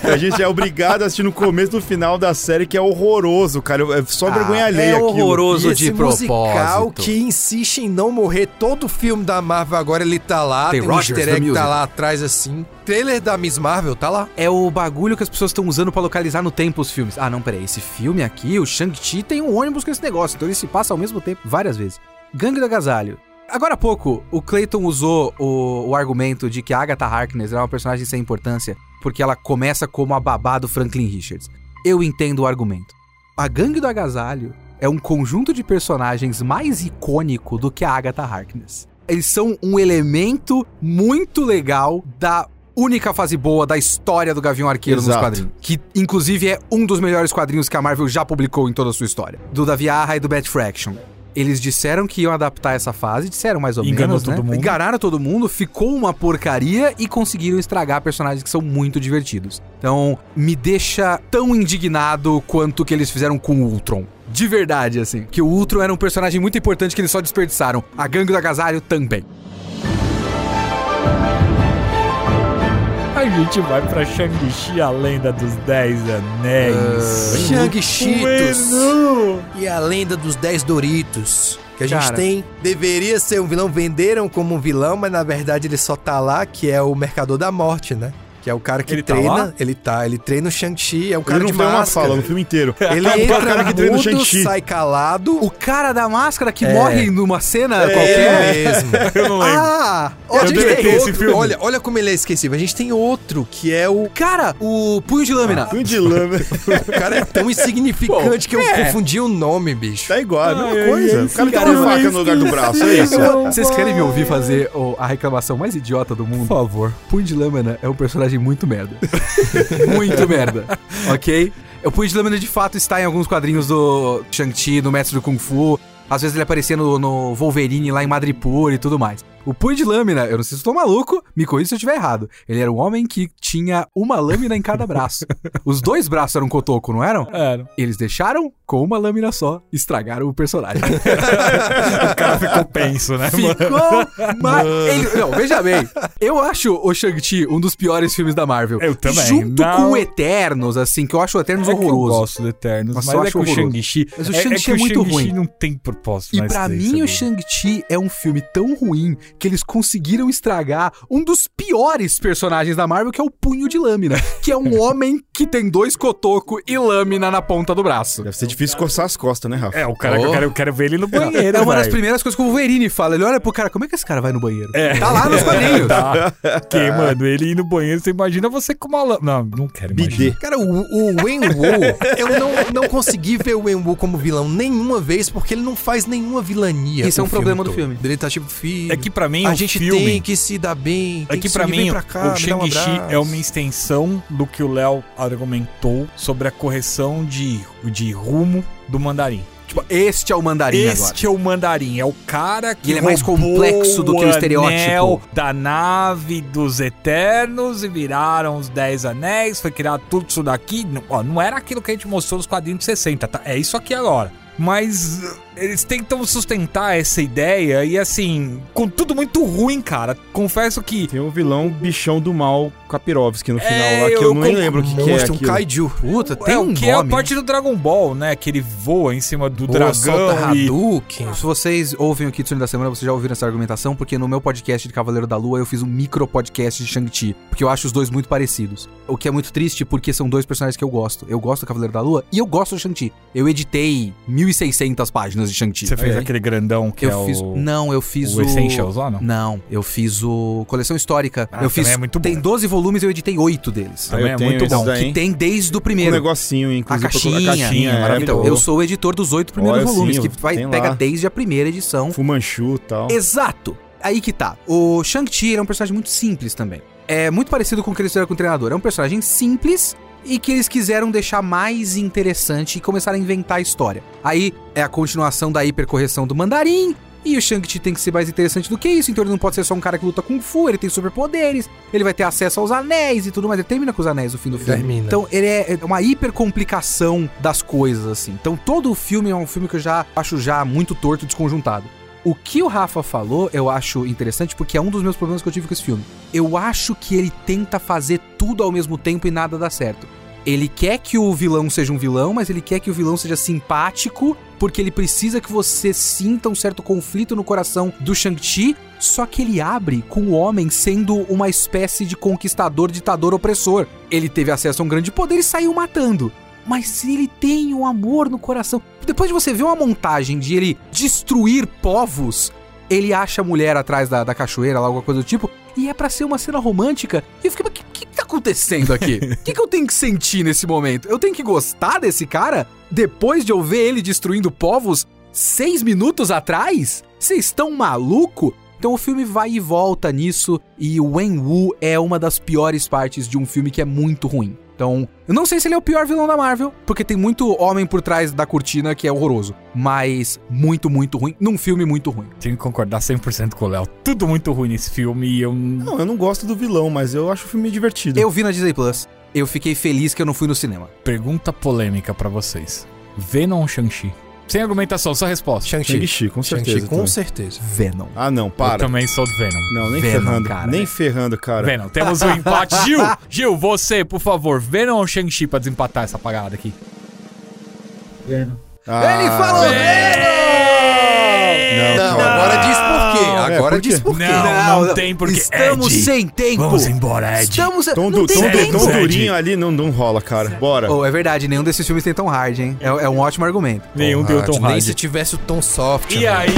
que a gente é obrigado a assistir no começo do final da série, que é horroroso, cara. Eu- É só vergonha Ah, alheia É aquilo. horroroso E de esse musical propósito. que insiste em não morrer. Todo filme da Marvel agora ele tá lá. The Tem, um Rogers, easter the egg que tá musical. lá atrás, assim. Trailer da Miss Marvel tá lá. É o bagulho que as pessoas estão usando pra localizar no tempo os filmes. Ah, não, peraí. Esse filme aqui, o Shang-Chi, tem um ônibus com esse negócio. Então ele se passa ao mesmo tempo várias vezes. Gangue do Agasalho. Agora há pouco, o Clayton usou o, o argumento de que a Agatha Harkness era uma personagem sem importância porque ela começa como a babá do Franklin Richards. Eu entendo o argumento. A Gangue do Agasalho é um conjunto de personagens mais icônico do que a Agatha Harkness. Eles são um elemento muito legal da única fase boa da história do Gavião Arqueiro nos Exato. quadrinhos. Que, inclusive, é um dos melhores quadrinhos que a Marvel já publicou em toda a sua história. Do Davi Arra e do Bat Fraction. Eles disseram que iam adaptar essa fase, disseram mais ou Enganou menos, né? todo mundo. Enganaram todo mundo, ficou uma porcaria e conseguiram estragar personagens que são muito divertidos. Então, me deixa tão indignado quanto o que eles fizeram com o Ultron. De verdade, assim. Que o Ultron era um personagem muito importante que eles só desperdiçaram. A Gangue do Agasalho também. A gente vai pra Shang-Chi, a lenda dos Dez Ah. Anéis. Shang Cheetos Bueno. e a lenda dos 10 Doritos. Que a gente Cara. tem. Deveria ser um vilão. Venderam como um vilão, mas na verdade ele só tá lá, que é o Mercador da Morte, né? Que é o cara que Ele tá treina, lá? ele tá, ele treina o Shang-Chi, é um cara ele não de foi uma máscara. fala no filme inteiro. Ele É entra o cara que treina o mudo, Shang-Chi. sai calado. O cara da máscara É. que morre numa cena qualquer. É mesmo. um. Eu não lembro. Ah! Ó, a gente deletei tem esse outro- filme. Olha, olha como ele é esquecível. A gente tem outro que é o. Cara, o punho de lâmina. Punho de né? lâmina. O cara é tão insignificante que eu é. confundi o nome, bicho. Tá igual, é a mesma Ai, ai, coisa. o cara esse tem cara uma é faca no lugar do braço, é isso. [laughs] Vocês querem me ouvir fazer o- a reclamação mais idiota do mundo? Por favor. Punho de Lâmina é um personagem muito merda. [laughs] muito merda. Ok? O Punho de Lâmina de fato está em alguns quadrinhos do Shang-Chi, do Mestre do Kung Fu. Às vezes ele aparecia no, no Wolverine lá em Madripoor e tudo mais. O Punho de Lâmina, eu não sei se eu tô maluco, me corrija se eu estiver errado. Ele era um homem que tinha uma lâmina em cada braço. Os dois braços eram cotoco, não eram? Era. Eles deixaram com uma lâmina só, estragaram o personagem. É. [laughs] O cara ficou penso, né, [laughs] mano? Ficou mas ele- Não, veja bem. Eu acho o Shang-Chi um dos piores filmes da Marvel. Eu também. Junto Não. com o Eternos, assim, que eu acho o Eternos É que eu horroroso. gosto do Eternos, Nossa, eu mas é acho que o horroroso. Shang-Chi... Mas o é- Shang-Chi que é o muito ruim. não tem propósito E mais pra desse, mim, o né? Shang-Chi é um filme tão ruim que eles conseguiram estragar um dos piores personagens da Marvel, que é o Punho de Lâmina, que [laughs] é um homem que tem dois cotocos e lâmina na ponta do braço. Deve ser difícil coçar as costas, né, Rafa? É, o cara que eu Oh. quero, eu quero ver ele no É banheiro, uma das velho. primeiras coisas que o Wolverine fala. Ele olha pro cara, como é que esse cara vai no banheiro? É. Tá [laughs] lá nos quadrinhos. Tá. [laughs] Porque, Ah. mano, ele ir no banheiro, você imagina você com uma lâmina. Não, não quero imaginar. BD. Cara, o, o Wen Wu, eu não, não consegui ver o Wen Wu como vilão nenhuma vez, porque ele não faz nenhuma vilania. Isso é o um problema do todo. filme. Ele tá tipo, filho, É que pra mim, a o gente filme... tem que se dar bem. tem É que se pra unir, vem mim, cá, o me dá um Shang-Chi abraço. é uma extensão do que o Léo argumentou sobre a correção de, de rumo do Mandarim. Tipo, este é o mandarim agora. Este é o Mandarim, é o cara que E ele é mais roubou complexo do que o estereótipo. anel da nave dos Eternos e viraram os Dez Anéis, foi criado tudo isso daqui. Não- Ó, não era aquilo que a gente mostrou nos quadrinhos de 60, tá? É isso aqui agora. Mas uh, eles tentam sustentar essa ideia e assim, com tudo muito ruim, cara. Confesso que Tem um vilão bichão do mal, Kapirovski, no É, final lá, que eu, eu não con- lembro o que, que é Monstro, um aquilo. kaiju. Puta, tem é um o que nome. é a parte do Dragon Ball, né? Que ele voa em cima do Boa, solta dragão e Hadouken. Se vocês ouvem o Kitsune da Semana, vocês já ouviram essa argumentação, porque no meu podcast de Cavaleiro da Lua eu fiz um micro podcast de Shang-Chi, porque eu acho os dois muito parecidos. O que é muito triste, porque são dois personagens que eu gosto. Eu gosto do Cavaleiro da Lua e eu gosto do Shang-Chi. Eu editei 1.600 páginas de Shang-Chi. Você fez É. aquele grandão que eu é fiz, o, Não, eu fiz o... o Essentials lá, não? Não, eu fiz o Coleção Histórica. Ah, eu fiz... também é muito bom. Tem 12 volumes e eu editei 8 deles. Ah, Também é eu tenho muito esses bom. daí, que hein? tem desde o um primeiro. negocinho, inclusive. A caixinha, a caixinha é, é, maravilhoso. então, Eu sou o editor dos oito primeiros Olha, volumes, sim, que vai, tem lá. pega desde a primeira edição. Fumanchu e tal. Exato! Aí que tá. O Shang-Chi ele é um personagem muito simples também. É muito parecido com o que eles fizeram com o treinador. É um personagem simples e que eles quiseram deixar mais interessante e começaram a inventar a história. Aí é a continuação da hipercorreção do Mandarim. E o Shang-Chi tem que ser mais interessante do que isso, então ele não pode ser só um cara que luta com Fu, ele tem superpoderes, ele vai ter acesso aos anéis e tudo mais. Ele termina com os anéis no fim do filme. Termina. Então ele é uma hipercomplicação das coisas, assim. Então todo o filme é um filme que eu já acho já muito torto, desconjuntado. O que o Rafa falou, eu acho interessante, porque é um dos meus problemas que eu tive com esse filme. Eu acho que ele tenta fazer tudo ao mesmo tempo e nada dá certo. Ele quer que o vilão seja um vilão, mas ele quer que o vilão seja simpático, porque ele precisa que você sinta um certo conflito no coração do Shang-Chi, só que ele abre com o homem sendo uma espécie de conquistador, ditador, opressor. Ele teve acesso a um grande poder e saiu matando. Mas ele tem um amor no coração. Depois de você ver uma montagem de ele destruir povos, ele acha a mulher atrás da, da cachoeira, lá, alguma coisa do tipo, e é pra ser uma cena romântica. E eu fiquei, mas o que, que tá acontecendo aqui? O que, que eu tenho que sentir nesse momento? Eu tenho que gostar desse cara depois de eu ver ele destruindo povos seis minutos atrás? Vocês estão maluco? Então o filme vai e volta nisso, e o Wen Wu é uma das piores partes de um filme que é muito ruim. Então, eu não sei se ele é o pior vilão da Marvel, porque tem muito homem por trás da cortina que é horroroso, mas muito, muito ruim, num filme muito ruim. Tenho que concordar 100% com o Léo. Tudo muito ruim nesse filme e eu. Não, eu não gosto do vilão, mas eu acho o filme divertido. Eu vi na Disney Plus. Eu fiquei feliz que eu não fui no cinema. Pergunta polêmica pra vocês: Venom ou Shang-Chi? Sem argumentação, só resposta. Shang-Chi. Shang-Chi, com certeza. Shang-Chi, com também. certeza. Venom. Ah, não, Eu para. também sou do Venom. Não, nem Venom, ferrando. cara. nem ferrando, cara. Venom, temos um [laughs] empate. Gil, Gil, você, por favor, Venom ou Shang-Chi pra desempatar essa parada aqui? Ah, Ele falou Não, Não, Ah, calma. agora diz por quê. Não, Agora por quê? disse por quê. Não, não, tem porque Estamos Ed, sem tempo. Vamos embora, Ed. Estamos... Tom, não du, tem tom, du- tempo. tom Zed. durinho ali não, não rola, cara. Bora. Oh, é verdade, nenhum desses filmes tem Tom Hard, hein? É, é um ótimo argumento. Nenhum deu tão Ah, Nem hard. se tivesse o tom soft. E né? aí...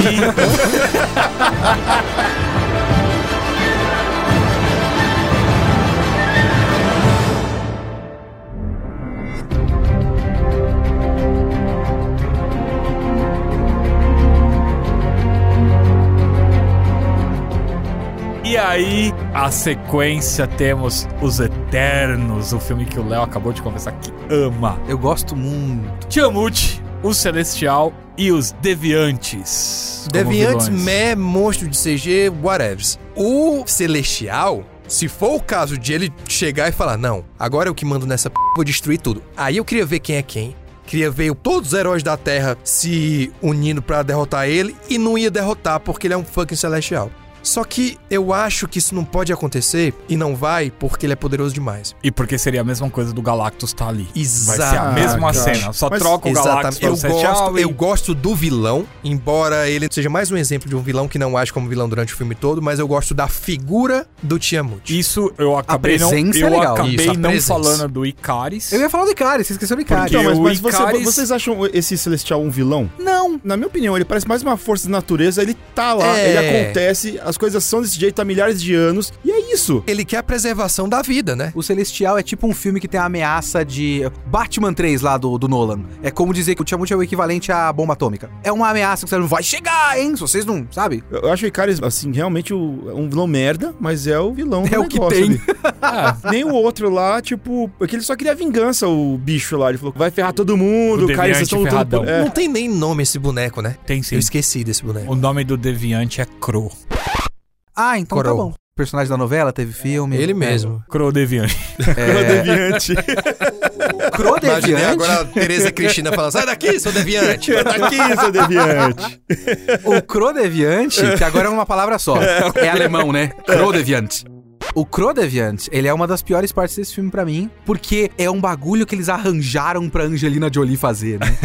E aí, a sequência temos Os Eternos, o filme que o Léo acabou de confessar que ama. Eu gosto muito. Tiamut, o Celestial e os Deviantes. como Deviantes, vilões. meh, monstro de CG, whatever. O Celestial, se for o caso de ele chegar e falar, não, agora eu que mando nessa p... vou destruir tudo. Aí eu queria ver quem é quem. Queria ver todos os heróis da Terra se unindo pra derrotar ele e não ia derrotar porque ele é um fucking Celestial. Só que eu acho que isso não pode acontecer e não vai porque ele é poderoso demais. E porque seria a mesma coisa do Galactus tá ali. Vai ser a Exato. mesma cara. cena, só Mas- troca o Galactus Exatamente. pelo Eu Celestial gosto, e... eu gosto do vilão, embora ele seja mais um exemplo de um vilão que não age como vilão durante o filme todo, mas eu gosto da figura do Tiamut. Isso eu acabei não, presença é eu legal. acabei Isso, a não presença. falando do Icaris. Eu ia falar do Icari, você esqueceu do Icari. Então, porque mas, o mas você- Icaris- vocês acham esse Celestial um vilão? Não. Na minha opinião, ele parece mais uma força da natureza. Ele tá lá, É. ele acontece, as coisas são desse jeito há milhares de anos. E é isso. Ele quer a preservação da vida, né? O Celestial é tipo um filme que tem a ameaça de Batman 3 lá do, do Nolan. É como dizer que o Tiamut é o equivalente à bomba atômica. É uma ameaça que você não vai chegar, hein? Se vocês não, sabe? Eu eu acho o Icaris, assim, realmente o- um vilão merda, mas é o vilão do É o que negócio tem. [laughs] ali. Nem o outro lá, tipo, porque ele só queria vingança, o bicho lá. Ele falou, vai ferrar todo mundo, O cara, vocês deviante estão lutando por... ferradão. É. Não tem nem nome esse boneco, né? Tem sim. Eu esqueci desse boneco. O nome do Deviante é Cro. Ah, então Coral. tá bom. O personagem da novela teve filme. Ele mesmo. Cro Deviante. Pelo É, deviante. Cro É. Imaginei Deviante. agora a Tereza Cristina falando, sai daqui, seu deviante. Tá aqui, seu [laughs] deviante. O Crodeviante, que agora é uma palavra só. É alemão, né? Crodeviante. O Crodeviante, ele é uma das piores partes desse filme pra mim, porque é um bagulho que eles arranjaram pra Angelina Jolie fazer, né?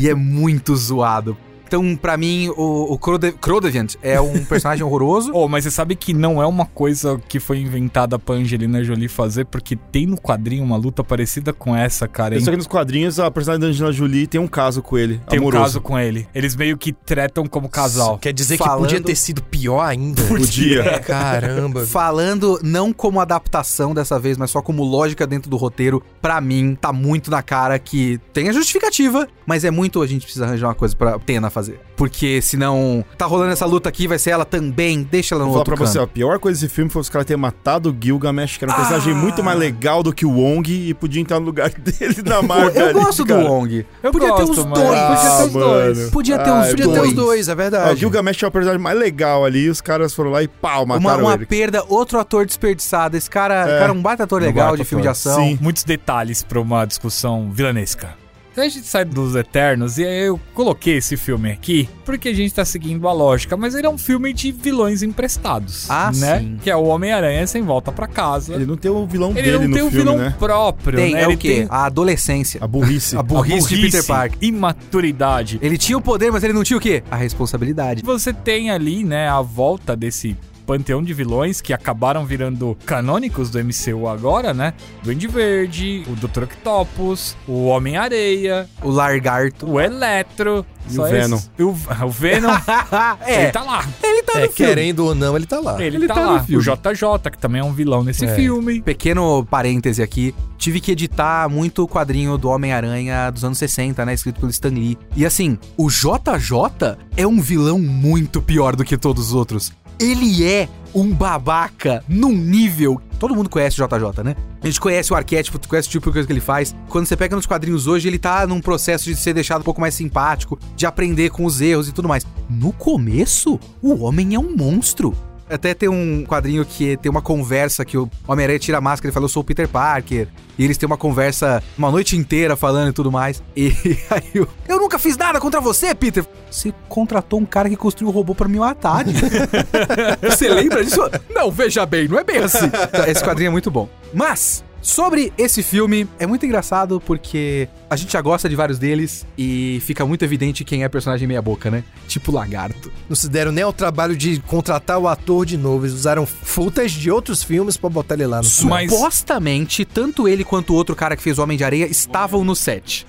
E é muito zoado. Então, pra mim, o, o Crode- Crodeviant é um personagem horroroso. [laughs] Oh, mas você sabe que não é uma coisa que foi inventada pra Angelina Jolie fazer, porque tem no quadrinho uma luta parecida com essa, cara. É Só que nos quadrinhos, a personagem da Angela Jolie tem um caso com ele, tem um amoroso. caso com ele. Eles meio que tretam como casal. Quer dizer Falando- que podia ter sido pior ainda. Podia. Caramba. Falando não como adaptação dessa vez, mas só como lógica dentro do roteiro, pra mim tá muito na cara que tem a justificativa, mas é muito a gente precisa arranjar uma coisa pra Tena fazer. Porque senão tá rolando essa luta aqui, vai ser ela também, deixa ela no Vou falar outro pra canto. você, ó, a pior coisa desse filme foi os caras terem matado o Gilgamesh, que era um personagem muito mais legal do que o Wong e podia entrar no lugar [laughs] dele na marca. Eu ali, gosto do é cara. Wong. Eu podia ter gosto, os dois, mas- podia ter os Ah, dois. mano. Podia ter Ah, os eu Podia ter os dois. dois, é Ah, o verdade. Gilgamesh é o personagem mais legal ali, e os caras foram lá e pau, Uma, mataram uma ele. perda, outro ator desperdiçado. Esse cara, o cara é um baita ator legal baita de filme de ator. ação. Sim. muitos detalhes pra uma discussão vilanesca. Então a gente sai dos Eternos e aí eu coloquei esse filme aqui porque a gente tá seguindo a lógica, mas ele é um filme de vilões emprestados, Ah, né? sim. Que é o Homem-Aranha sem volta pra casa. Ele Ele, não tem o vilão dele não no tem um filme, vilão né? próprio, Tem, né? é ele o quê? tem A adolescência. A burrice. A burrice, de Peter Parker. imaturidade. Ele tinha o poder, mas ele não tinha o quê? A responsabilidade. Você tem ali, né, a volta desse panteão de vilões que acabaram virando canônicos do MCU agora, né? Duende Verde, o Dr. Octopus, o Homem-Areia, O Largarto. o Eletro. E só o Venom. esses. E o, o [laughs] Venom, ele [laughs] é, tá lá. É, querendo ou não, ele tá lá. Ele, Ele tá, tá no lá. O filme. JJ, que também é um vilão nesse É. filme. pequeno parêntese aqui. Tive que editar muito o quadrinho do Homem-Aranha dos anos 60, né? Escrito pelo Stan Lee. E assim, o JJ é um vilão muito pior do que todos os outros. Ele é um babaca num nível. Todo mundo conhece o JJ, né? A gente conhece o arquétipo, tu conhece o tipo de coisa que ele faz. Quando você pega nos quadrinhos hoje, ele tá num processo de ser deixado um pouco mais simpático, de aprender com os erros e tudo mais. No começo, o homem é um monstro. Até tem um quadrinho que tem uma conversa que o Homem-Aranha tira a máscara e fala, eu sou o Peter Parker. E eles têm uma conversa uma noite inteira falando e tudo mais. E [laughs] aí eu, eu nunca fiz nada contra você, Peter. Você contratou um cara que construiu o robô pra me matar. Jim. você lembra disso? Não, veja bem, não é bem assim. Esse quadrinho é muito bom. Mas, Sobre esse filme, é muito engraçado porque a gente já gosta de vários deles e fica muito evidente quem é personagem meia-boca, né? Tipo lagarto. Não se deram nem ao trabalho de contratar o ator de novo. Eles usaram footage de outros filmes pra botar ele lá no filme. Mas- Supostamente, tanto ele quanto o outro cara que fez o Homem de Areia estavam no set.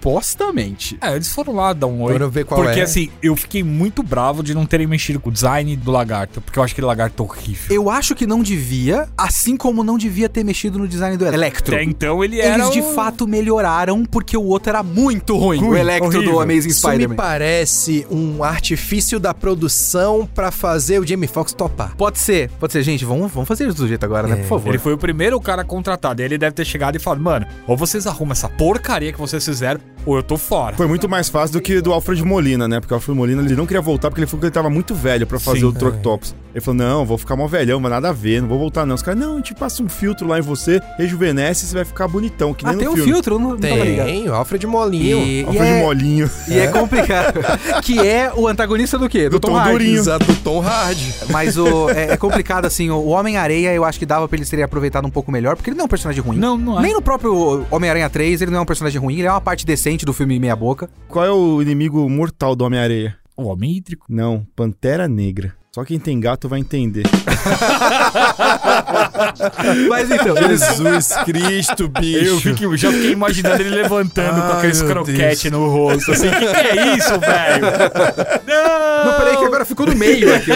Supostamente. É, eles foram lá dar um oi. Foram ver qual Porque é. assim, eu fiquei muito bravo de não terem mexido com o design do lagarto, porque eu acho aquele lagarto horrível. Eu acho que não devia, assim como não devia ter mexido no design do Electro. Até então ele era. Eles de um- fato melhoraram porque o outro era muito ruim. o Ruim, Electro horrível. do Amazing Isso me Spider-Man. parece um artifício da produção pra fazer o Jamie Foxx topar. Pode ser, pode ser. Gente, vamos, vamos fazer isso do jeito agora, né? Por favor. Ele foi o primeiro cara contratado. E ele deve ter chegado e falado: Mano, ou vocês arrumam essa porcaria que vocês fizeram, ou eu tô fora. Foi muito mais fácil do que do Alfred Molina, né? Porque o Alfred Molina ele não queria voltar porque ele falou que ele tava muito velho pra fazer Sim. o Troctopus. Ele falou: não, vou ficar mó velhão, mas nada a ver, não vou voltar não. Os caras, não, a gente passa um filtro lá em você, rejuvenesce e você vai ficar bonitão, que nem Ah, no tem um filme. filtro, eu não, não tava ligado. Tem, o Alfred Molinho. E, e Alfred é, Molinho. [laughs] e é complicado. que é o antagonista do quê? Do Tom Hardy. Durinho. Exato, do Tom Hardy. Mas o, é, é complicado, assim. O Homem-Areia, eu acho que dava pra ele ser aproveitado um pouco melhor, porque ele não é um personagem ruim. Não, não é. Nem no próprio Homem-Aranha 3, ele não é um personagem ruim, ele é uma parte decente do filme Meia Boca. Qual é o inimigo mortal do Homem-Areia? O homem hídrico. Não, Pantera Negra. Só quem tem gato vai entender. Mas então, eles. Jesus [laughs] Cristo, bicho. Eu fiquei- já fiquei imaginando ele levantando com Ai, aqueles meu croquete no rosto. Assim, que que é isso, velho? Não! Não, peraí, que agora ficou no meio aqui.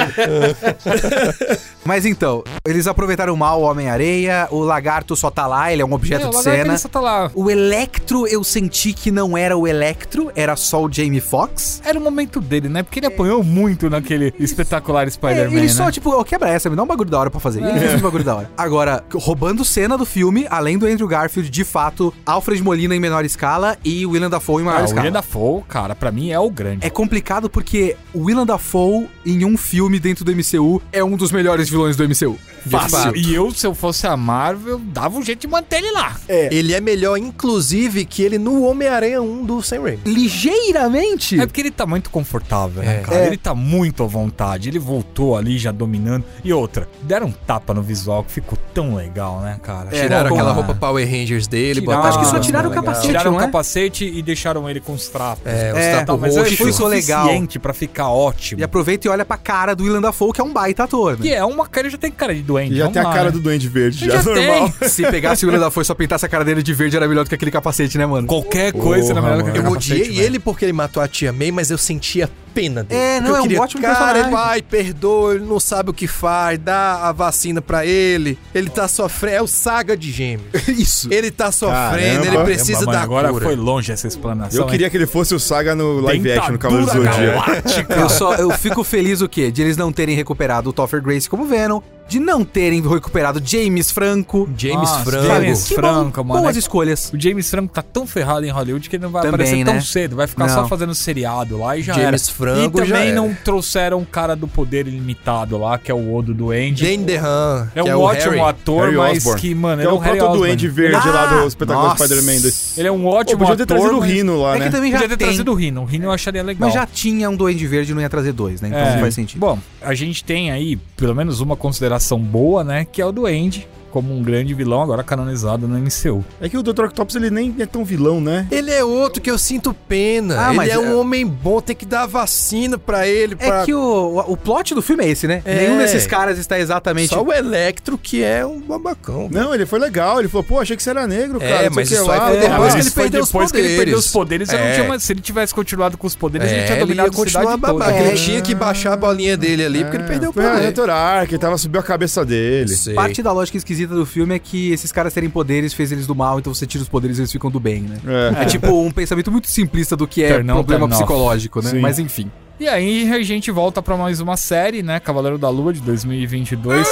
Mas então, eles aproveitaram mal o Homem-Areia, o lagarto só tá lá, ele é um objeto É, o de lagarto, cena. ele só tá lá. O Electro, eu senti que não era o Electro, era só o Jamie Foxx. Era o momento dele, né? Porque ele apanhou muito naquele espetacular É, Spider-Man. ele né? É. só, tipo, ó, quebra essa, me dá um bagulho da hora pra fazer. E ele fez um bagulho da hora. Agora, roubando cena do filme, além do Andrew Garfield, de fato, Alfred Molina em menor escala e William Dafoe em maior Ah, o escala. William Dafoe, cara, pra mim é o grande. É complicado porque o William Dafoe, em um filme dentro do MCU, é um dos melhores vilões do MCU. fácil. E eu, se eu fosse a Marvel, dava um jeito de manter ele lá. É, Ele é melhor, inclusive, que ele no Homem-Aranha 1 do Sam Raimi. Ligeiramente. porque ele tá muito confortável, né, É. cara? Ele tá muito à vontade. Ele voltou ali já dominando. E outra, deram um tapa no visual que ficou tão legal, né, cara? É, Tirou Tiraram como- aquela roupa Power Rangers dele, Tiraram- botaram Acho que só uma tiraram o legal. capacete. Tiraram o não é? capacete e deixaram ele com os trapos. É, os É, tapos Tá, mas roxos. foi Ficou legal. suficiente pra ficar ótimo. E aproveita e olha pra cara do William Dafoe, que é um baita ator, E né? é uma cara, já tem cara de doente. Já vamos tem a lá, cara né? do Duende Verde, Ele já, já [laughs] normal. tem. Se pegasse o William Dafoe e só pintasse a cara dele de verde, era melhor do que aquele capacete, né, mano? Qualquer coisa na Porra, melhor do que aquele Eu odiei capacete, velho. ele porque ele matou a tia May, mas eu sentia pena dele. É, não, eu é um queria, ótimo cara, personagem. Ele, ai, perdoa, ele não sabe o que faz, dá a vacina pra ele. Ele tá sofrendo, é o saga de gêmeos. [laughs] Isso. Ele tá sofrendo, Caramba. ele Caramba, precisa mãe, da É, agora cura. foi longe essa explanação. Eu queria que ele fosse o Saga no live action, no Cavaleiro do Dentadura Zodíaco. galáctica. Eu só eu fico feliz o quê? De eles não terem recuperado o Topher Grace como Venom, de não terem recuperado James Franco. James Nossa, Franco. James Que bom, Franco, mano. é Boas escolhas. O James Franco tá tão ferrado em Hollywood que ele não vai Também, aparecer né? tão cedo. Vai ficar Não. só fazendo seriado lá e já James era. Franco E já também era. não trouxeram o cara do poder ilimitado lá, que é o Odo do Andy. Jane DeHaan, É um que é o ótimo Harry. ator, Harry mas Osborn. que, mano, Que ele é é um o Harry próprio Osborn. Duende Verde lá do espetáculo nossa. Spider-Man 2. Ele é um Pô, ótimo podia ter ator. trazido o mas- Rino lá, É né? que também já Podia ter tem. trazido o Rino. O Rino eu acharia legal. Mas já tinha um Duende Verde e não ia trazer dois, né? Então É. não faz sentido. Bom, a gente tem aí pelo menos uma consideração boa, né? Que é o Duende, como um grande vilão agora canonizado no MCU. É que o Dr. Octopus ele nem é tão vilão, né? Ele é outro que eu sinto pena. Ah, ele mas é um é- homem bom, tem que dar vacina pra ele. É Pra... que o, o plot do filme é esse, né? É. Nenhum desses caras está exatamente. Só o Electro que é um babacão. Não, ele foi legal. Ele falou, pô, achei que você era negro, É, cara. não sei mas o que isso lá. aí foi Ah, É, depois mas que ele isso foi perdeu os depois- Depois que ele perdeu os poderes, eu não É. tinha mais- se ele tivesse continuado com os poderes, ele É, tinha ele dominado ia a continuar cidade babaca. toda. É. Ele né? tinha que baixar a bolinha dele ali, porque ele É, perdeu o foi a poder. Retor Arc, ele tava subiu a cabeça dele. Sei. Parte da lógica esquisita do filme é que esses caras terem poderes fez eles do mal, então você tira os poderes e eles ficam do bem, né? É. É, tipo um pensamento muito simplista do que é Turn on, problema turn off. psicológico, né? Sim. Mas enfim. E aí a gente volta pra mais uma série, né? Cavaleiro da Lua de 2022.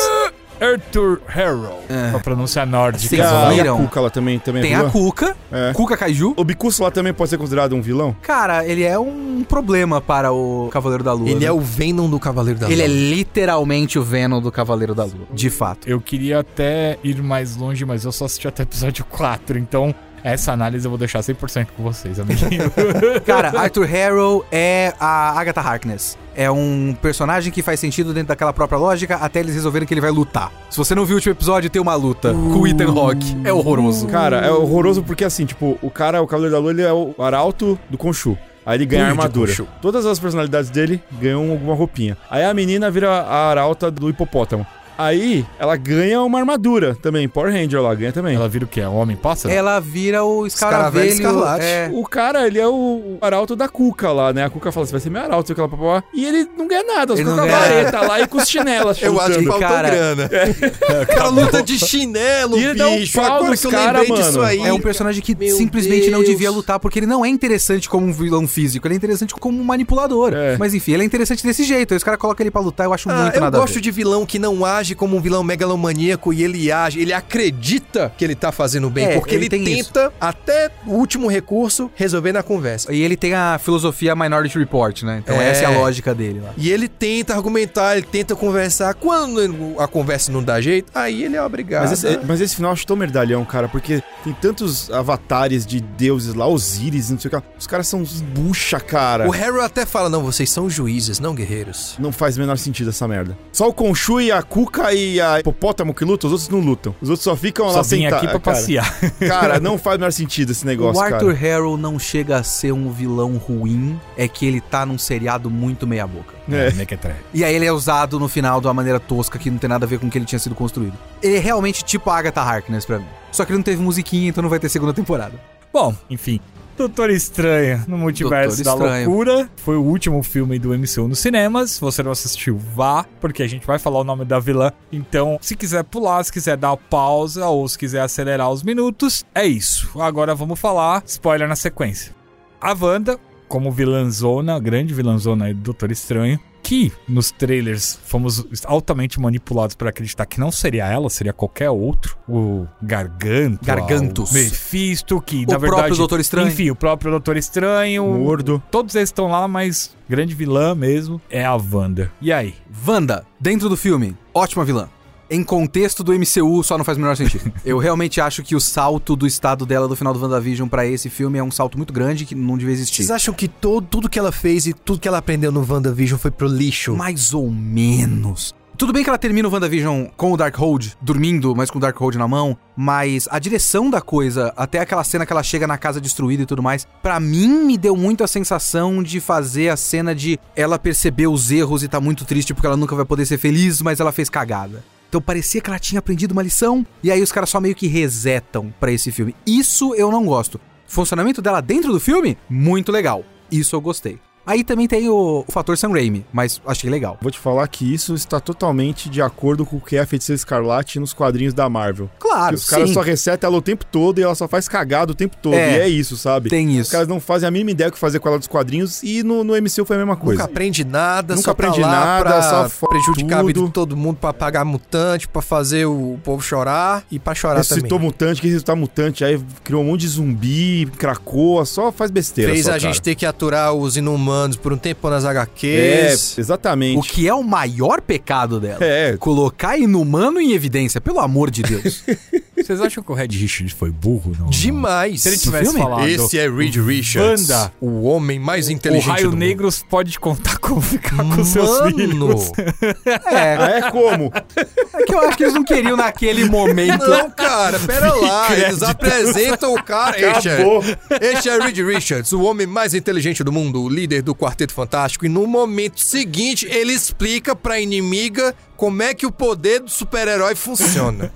Arthur Harrow. Pra pronunciar nórdica. E a, e a viram? Cuca lá também, também Tem é a vilã? Cuca, É. Cuca Kaiju. O Bicuço lá também pode ser considerado um vilão? Cara, ele é um problema para o Cavaleiro da Lua. Ele né? é o Venom do Cavaleiro da Ele é Lua. literalmente o Venom do Cavaleiro da Lua. De fato. Eu queria até ir mais longe, mas eu só assisti até o episódio 4, então essa análise eu vou deixar 100% com vocês, amiguinho. [laughs] Cara, Arthur Harrow é a Agatha Harkness. é um personagem que faz sentido dentro daquela própria lógica até eles resolverem que ele vai lutar. Se você não viu o último episódio, tem uma luta com o Ethan Rock. É horroroso. Cara, é horroroso porque assim, tipo, o cara, o Cavaleiro da Lua, ele é o arauto do Khonshu. Aí ele ganha a Duende armadura. Khonshu. Todas as personalidades dele ganham alguma roupinha. Aí a menina vira a arauta do hipopótamo. Aí ela ganha uma armadura também. Power Ranger lá ganha também. Ela vira o quê? Um homem pássaro? Ela vira o Escaravelho escaravelho. Escarlate. é. O cara, ele é o o arauto da Cuca lá, né? A Cuca fala, você vai ser meu arauto, sei o que lá, papapá. E ele não ganha nada, só Ele tá com não a ganha vareta lá e com os [laughs] chinelas Eu acho que chutando. faltou Cara, É. grana. O [laughs] cara luta de chinelo, E ele dá um bicho. pau Agora nos que eu cara, lembrei mano. disso aí. É um personagem que Meu simplesmente não Deus. devia lutar, porque ele não é interessante como um vilão físico, ele é interessante como um manipulador. É. Mas enfim, ele é interessante desse jeito. Aí os caras colocam ele pra lutar, eu acho Ah, muito eu nada a gosto ver. de vilão que não age como um vilão megalomaníaco e ele age, ele acredita que ele tá fazendo bem, É, porque ele, ele tem isso. tenta, até o último recurso, resolver na conversa. E ele tem a filosofia Minority Report, né? Então É. essa é a lógica dele lá. E ele tenta argumentar, ele tenta conversar. Quando a conversa não dá jeito, aí ele é obrigado. Mas esse, mas esse final eu acho tão merdalhão, cara, porque tem tantos avatares de deuses lá, Osíris, não sei o que lá. Os caras são uns bucha, cara. O Harold até fala: não, vocês são juízes, não guerreiros. Não faz o menor sentido essa merda. Só o Conchu e a Cuca e a Hipopótamo que lutam, os outros não lutam. Os outros só ficam Só lá vim sentados. aqui pra [laughs] cara. passear. Cara, não faz o menor sentido esse negócio, o Arthur cara. Harrow não chega a ser um vilão ruim, é que ele tá num seriado muito meia-boca. É. Mequetré. E aí ele é usado no final de uma maneira tosca que não tem nada a ver com o que ele tinha sido construído. Ele é realmente tipo a Agatha Harkness pra mim. Só que ele não teve musiquinha, então não vai ter segunda temporada. Bom, enfim. Doutor Estranho no Multiverso Doutor da Estranho. Loucura. Foi o último filme do MCU nos cinemas. Se você não assistiu, vá, porque a gente vai falar o nome da vilã. Então, se quiser pular, se quiser dar pausa ou se quiser acelerar os minutos, é isso. Agora vamos falar. Spoiler na sequência. A Wanda, como vilãzona, grande vilãzona aí do Doutor Estranho, que nos trailers fomos altamente manipulados para acreditar que não seria ela, seria qualquer outro. O Garganto. Gargantus. O Mephisto, que O na verdade. próprio Doutor Estranho. Enfim, o próprio Doutor Estranho. Mordo. Todos eles estão lá, mas grande vilã mesmo é a Wanda. E aí? Wanda, dentro do filme, ótima vilã. Em contexto do MCU, só não faz o menor sentido. Eu realmente acho que o salto do estado dela do final do WandaVision pra esse filme é um salto muito grande que não devia existir. Vocês acham que todo, tudo que ela fez e tudo que ela aprendeu no WandaVision foi pro lixo? Mais ou menos. Tudo bem que ela termina o WandaVision com o Darkhold, dormindo, mas com o Darkhold na mão, mas a direção da coisa, até aquela cena que ela chega na casa destruída e tudo mais, pra mim me deu muito a sensação de fazer a cena de ela perceber os erros e tá muito triste porque ela nunca vai poder ser feliz, mas ela fez cagada. Então parecia que ela tinha aprendido uma lição, e aí os caras só meio que resetam pra esse filme. Isso eu não gosto. Funcionamento dela dentro do filme? Muito legal. Isso eu gostei. Aí também tem o, o fator Sam Raimi, mas achei legal. Vou te falar que isso está totalmente de acordo com o que é a Feiticeira Escarlate nos quadrinhos da Marvel. Que Claro, os caras Ah, sim. só resetam ela o tempo todo e ela só faz cagada o tempo todo. É. e é isso, sabe? Tem Os isso. caras não fazem a mínima ideia do que fazer com ela dos quadrinhos e no, no MCU foi a mesma Nunca coisa. aprende nada, é. Nunca só tá aprende lá nada, pra só fode prejudicar a vida tudo. de todo mundo, pra pagar mutante, pra fazer o povo chorar e pra chorar Ressuscitou também. mutante, que ressuscitar mutante, aí criou um monte de zumbi, cracoa, só faz besteira. Fez só, a cara. gente ter que aturar os inumanos por um tempo nas É, HQs. exatamente. O que é o maior pecado dela? É, Colocar inumano em evidência, pelo amor de Deus. Vocês acham que o Red Richard foi burro? Não? Demais. Se ele tivesse filme? falado. Esse é Reed Richards. Wanda. O homem mais o inteligente Raio do mundo. Negro pode contar como ficar com seus Mano. filhos. é, ah, [laughs] é como? é que eu acho que eles não queriam naquele momento. Não, cara, pera lá. Eles apresentam o cara. Este é, este é Reed Richards, o homem mais inteligente do mundo, o líder do Quarteto Fantástico. E no momento seguinte, ele explica pra inimiga como é que o poder do super-herói funciona.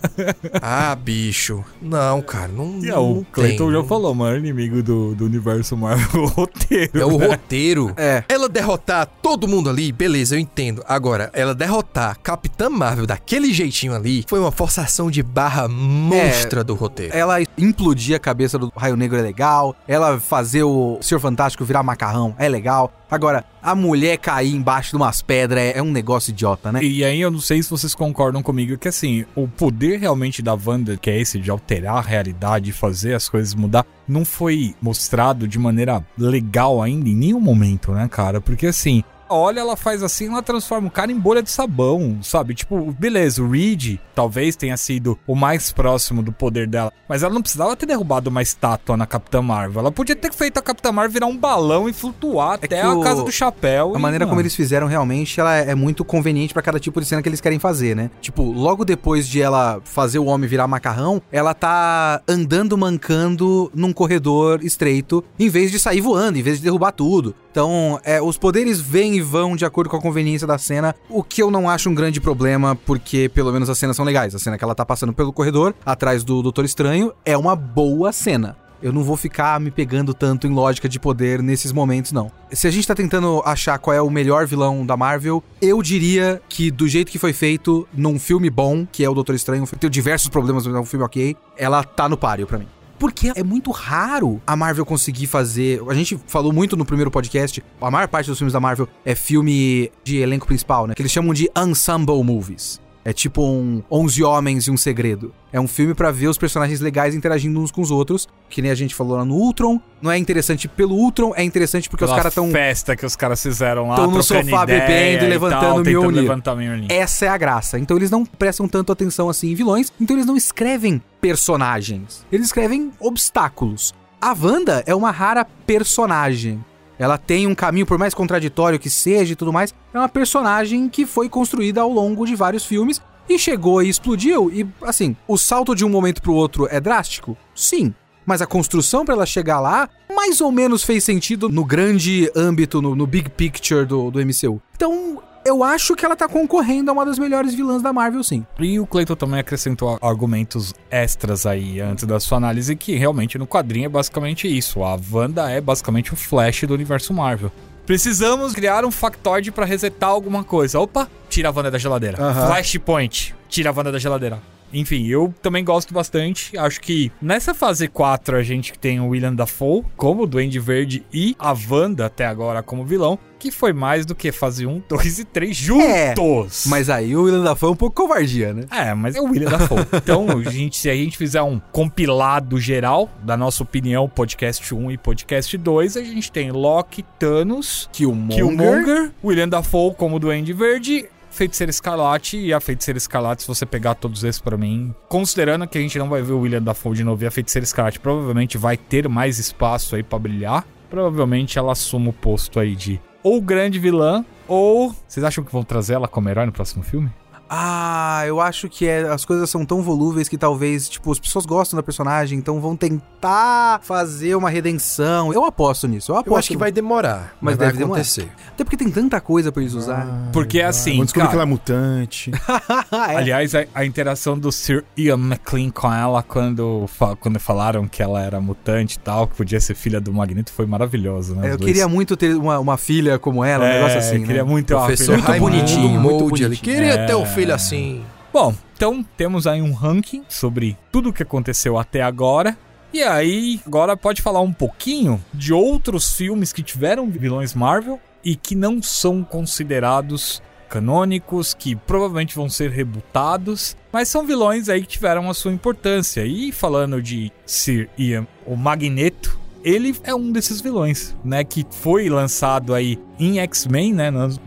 Ah, bicho. Não, cara, não. E, ó, não o Clayton tem. já falou, mano, inimigo do, do universo Marvel, [laughs] o roteiro. É o roteiro. É. Ela derrotar todo mundo ali, beleza, eu entendo. Agora, ela derrotar Capitã Marvel daquele jeitinho ali foi uma forçação de barra monstra do roteiro. Ela implodir a cabeça do Raio Negro é legal. Ela fazer o Senhor Fantástico virar macarrão é legal. Agora, a mulher cair embaixo de umas pedras é, é um negócio idiota, né? E aí eu não sei se vocês concordam comigo que assim, o poder realmente da Wanda, que é esse de alterar a realidade e fazer as coisas mudar, não foi mostrado de maneira legal ainda em nenhum momento, né, cara? Porque assim, olha, ela faz assim, ela transforma o cara em bolha de sabão, sabe? Tipo, beleza, o Reed talvez tenha sido o mais próximo do poder dela, mas ela não precisava ter derrubado uma estátua na Capitã Marvel. Ela podia ter feito a Capitã Marvel virar um balão e flutuar até É que a o- Casa do Chapéu. A e, maneira como mano, eles fizeram realmente, ela é muito conveniente pra cada tipo de cena que eles querem fazer, né? Tipo, logo depois de ela fazer o homem virar macarrão, ela tá andando mancando num corredor estreito, em vez de sair voando, em vez de derrubar tudo. Então, é, os poderes vêm e vão de acordo com a conveniência da cena, o que eu não acho um grande problema, porque pelo menos as cenas são legais. A cena que ela tá passando pelo corredor, atrás do Doutor Estranho, é uma boa cena. Eu não vou ficar me pegando tanto em lógica de poder nesses momentos, não. Se a gente tá tentando achar qual é o melhor vilão da Marvel, eu diria que, do jeito que foi feito, num filme bom, que é o Doutor Estranho, tem diversos problemas, mas é um filme ok, ela tá no páreo pra mim. Porque é muito raro a Marvel conseguir fazer. A gente falou muito no primeiro podcast. A maior parte dos filmes da Marvel é filme de elenco principal, né? Que eles chamam de ensemble movies. É tipo um 11 Homens e um Segredo. É um filme pra ver os personagens legais interagindo uns com os outros, que nem a gente falou lá no Ultron. Não é interessante pelo Ultron, é interessante porque os aquela caras estão. festa que os caras fizeram lá, tão no trocando sofá ideia bebendo e tal, levantando tentando Mjolnir. levantar Mjolnir. Essa é a graça. Então eles não prestam tanto atenção assim em vilões, então eles não escrevem personagens. Eles escrevem obstáculos. A Wanda é uma rara personagem. Ela tem um caminho, por mais contraditório que seja e tudo mais, é uma personagem que foi construída ao longo de vários filmes e chegou e explodiu. E assim, o salto de um momento pro outro é drástico? Sim. Mas a construção pra ela chegar lá, mais ou menos fez sentido no grande âmbito, no, no big picture do, do MCU. Então, eu acho que ela tá concorrendo a uma das melhores vilãs da Marvel, sim. E o Clayton também acrescentou argumentos extras aí antes da sua análise, que realmente no quadrinho é basicamente isso. A Wanda é basicamente o Flash do universo Marvel. Precisamos criar um factoide pra resetar alguma coisa. Opa, tira a Wanda da geladeira. Aham. Flashpoint, tira a Wanda da geladeira. Enfim, eu também gosto bastante. Acho que nessa fase 4 a gente tem o William Dafoe como Duende Verde e a Wanda até agora como vilão, que foi mais do que fase 1, 2 e 3 É, juntos. Mas aí o William Dafoe é um pouco covardia, né? É, mas é o William Dafoe. Então, gente, se a gente fizer um compilado geral da nossa opinião, podcast 1 e podcast 2, a gente tem Loki, Thanos, Killmonger. Killmonger, William Dafoe como Duende Verde, Feiticeira Escarlate e a Feiticeira Escarlate, se você pegar todos esses pra mim, considerando que a gente não vai ver o William Dafoe de novo e a Feiticeira Escarlate provavelmente vai ter mais espaço aí pra brilhar, provavelmente ela assume o posto aí de ou grande vilã ou... Vocês acham que vão trazer ela como herói no próximo filme? Ah, eu acho que é- as coisas são tão volúveis que talvez, tipo, as pessoas gostam da personagem, então vão tentar fazer uma redenção. Eu aposto nisso, eu aposto. Eu acho que vai demorar, mas, Mas vai deve demorar. acontecer. Até porque tem tanta coisa pra eles usarem. Porque assim, Vamos descobrir cara, que ela é mutante. Ah, [laughs] é. Aliás, a, a interação do Sir Ian McLean com ela quando, fa- quando falaram que ela era mutante e tal, que podia ser filha do Magneto, foi maravilhosa, né? É, os eu dois. queria muito ter uma, uma filha como ela, um É, negócio assim, né? queria muito ter uma Professor filha. Raimundo bonitinho, muito Moldi ali. bonitinho. É. Queria ter um filho assim. Bom, então temos aí um ranking sobre tudo o que aconteceu até agora. E aí, agora pode falar um pouquinho de outros filmes que tiveram vilões Marvel e que não são considerados canônicos, que provavelmente vão ser rebutados, mas são vilões aí que tiveram a sua importância. E falando de Sir Ian, o Magneto, ele é um desses vilões, né, que foi lançado aí em X-Men, né, no 2000, o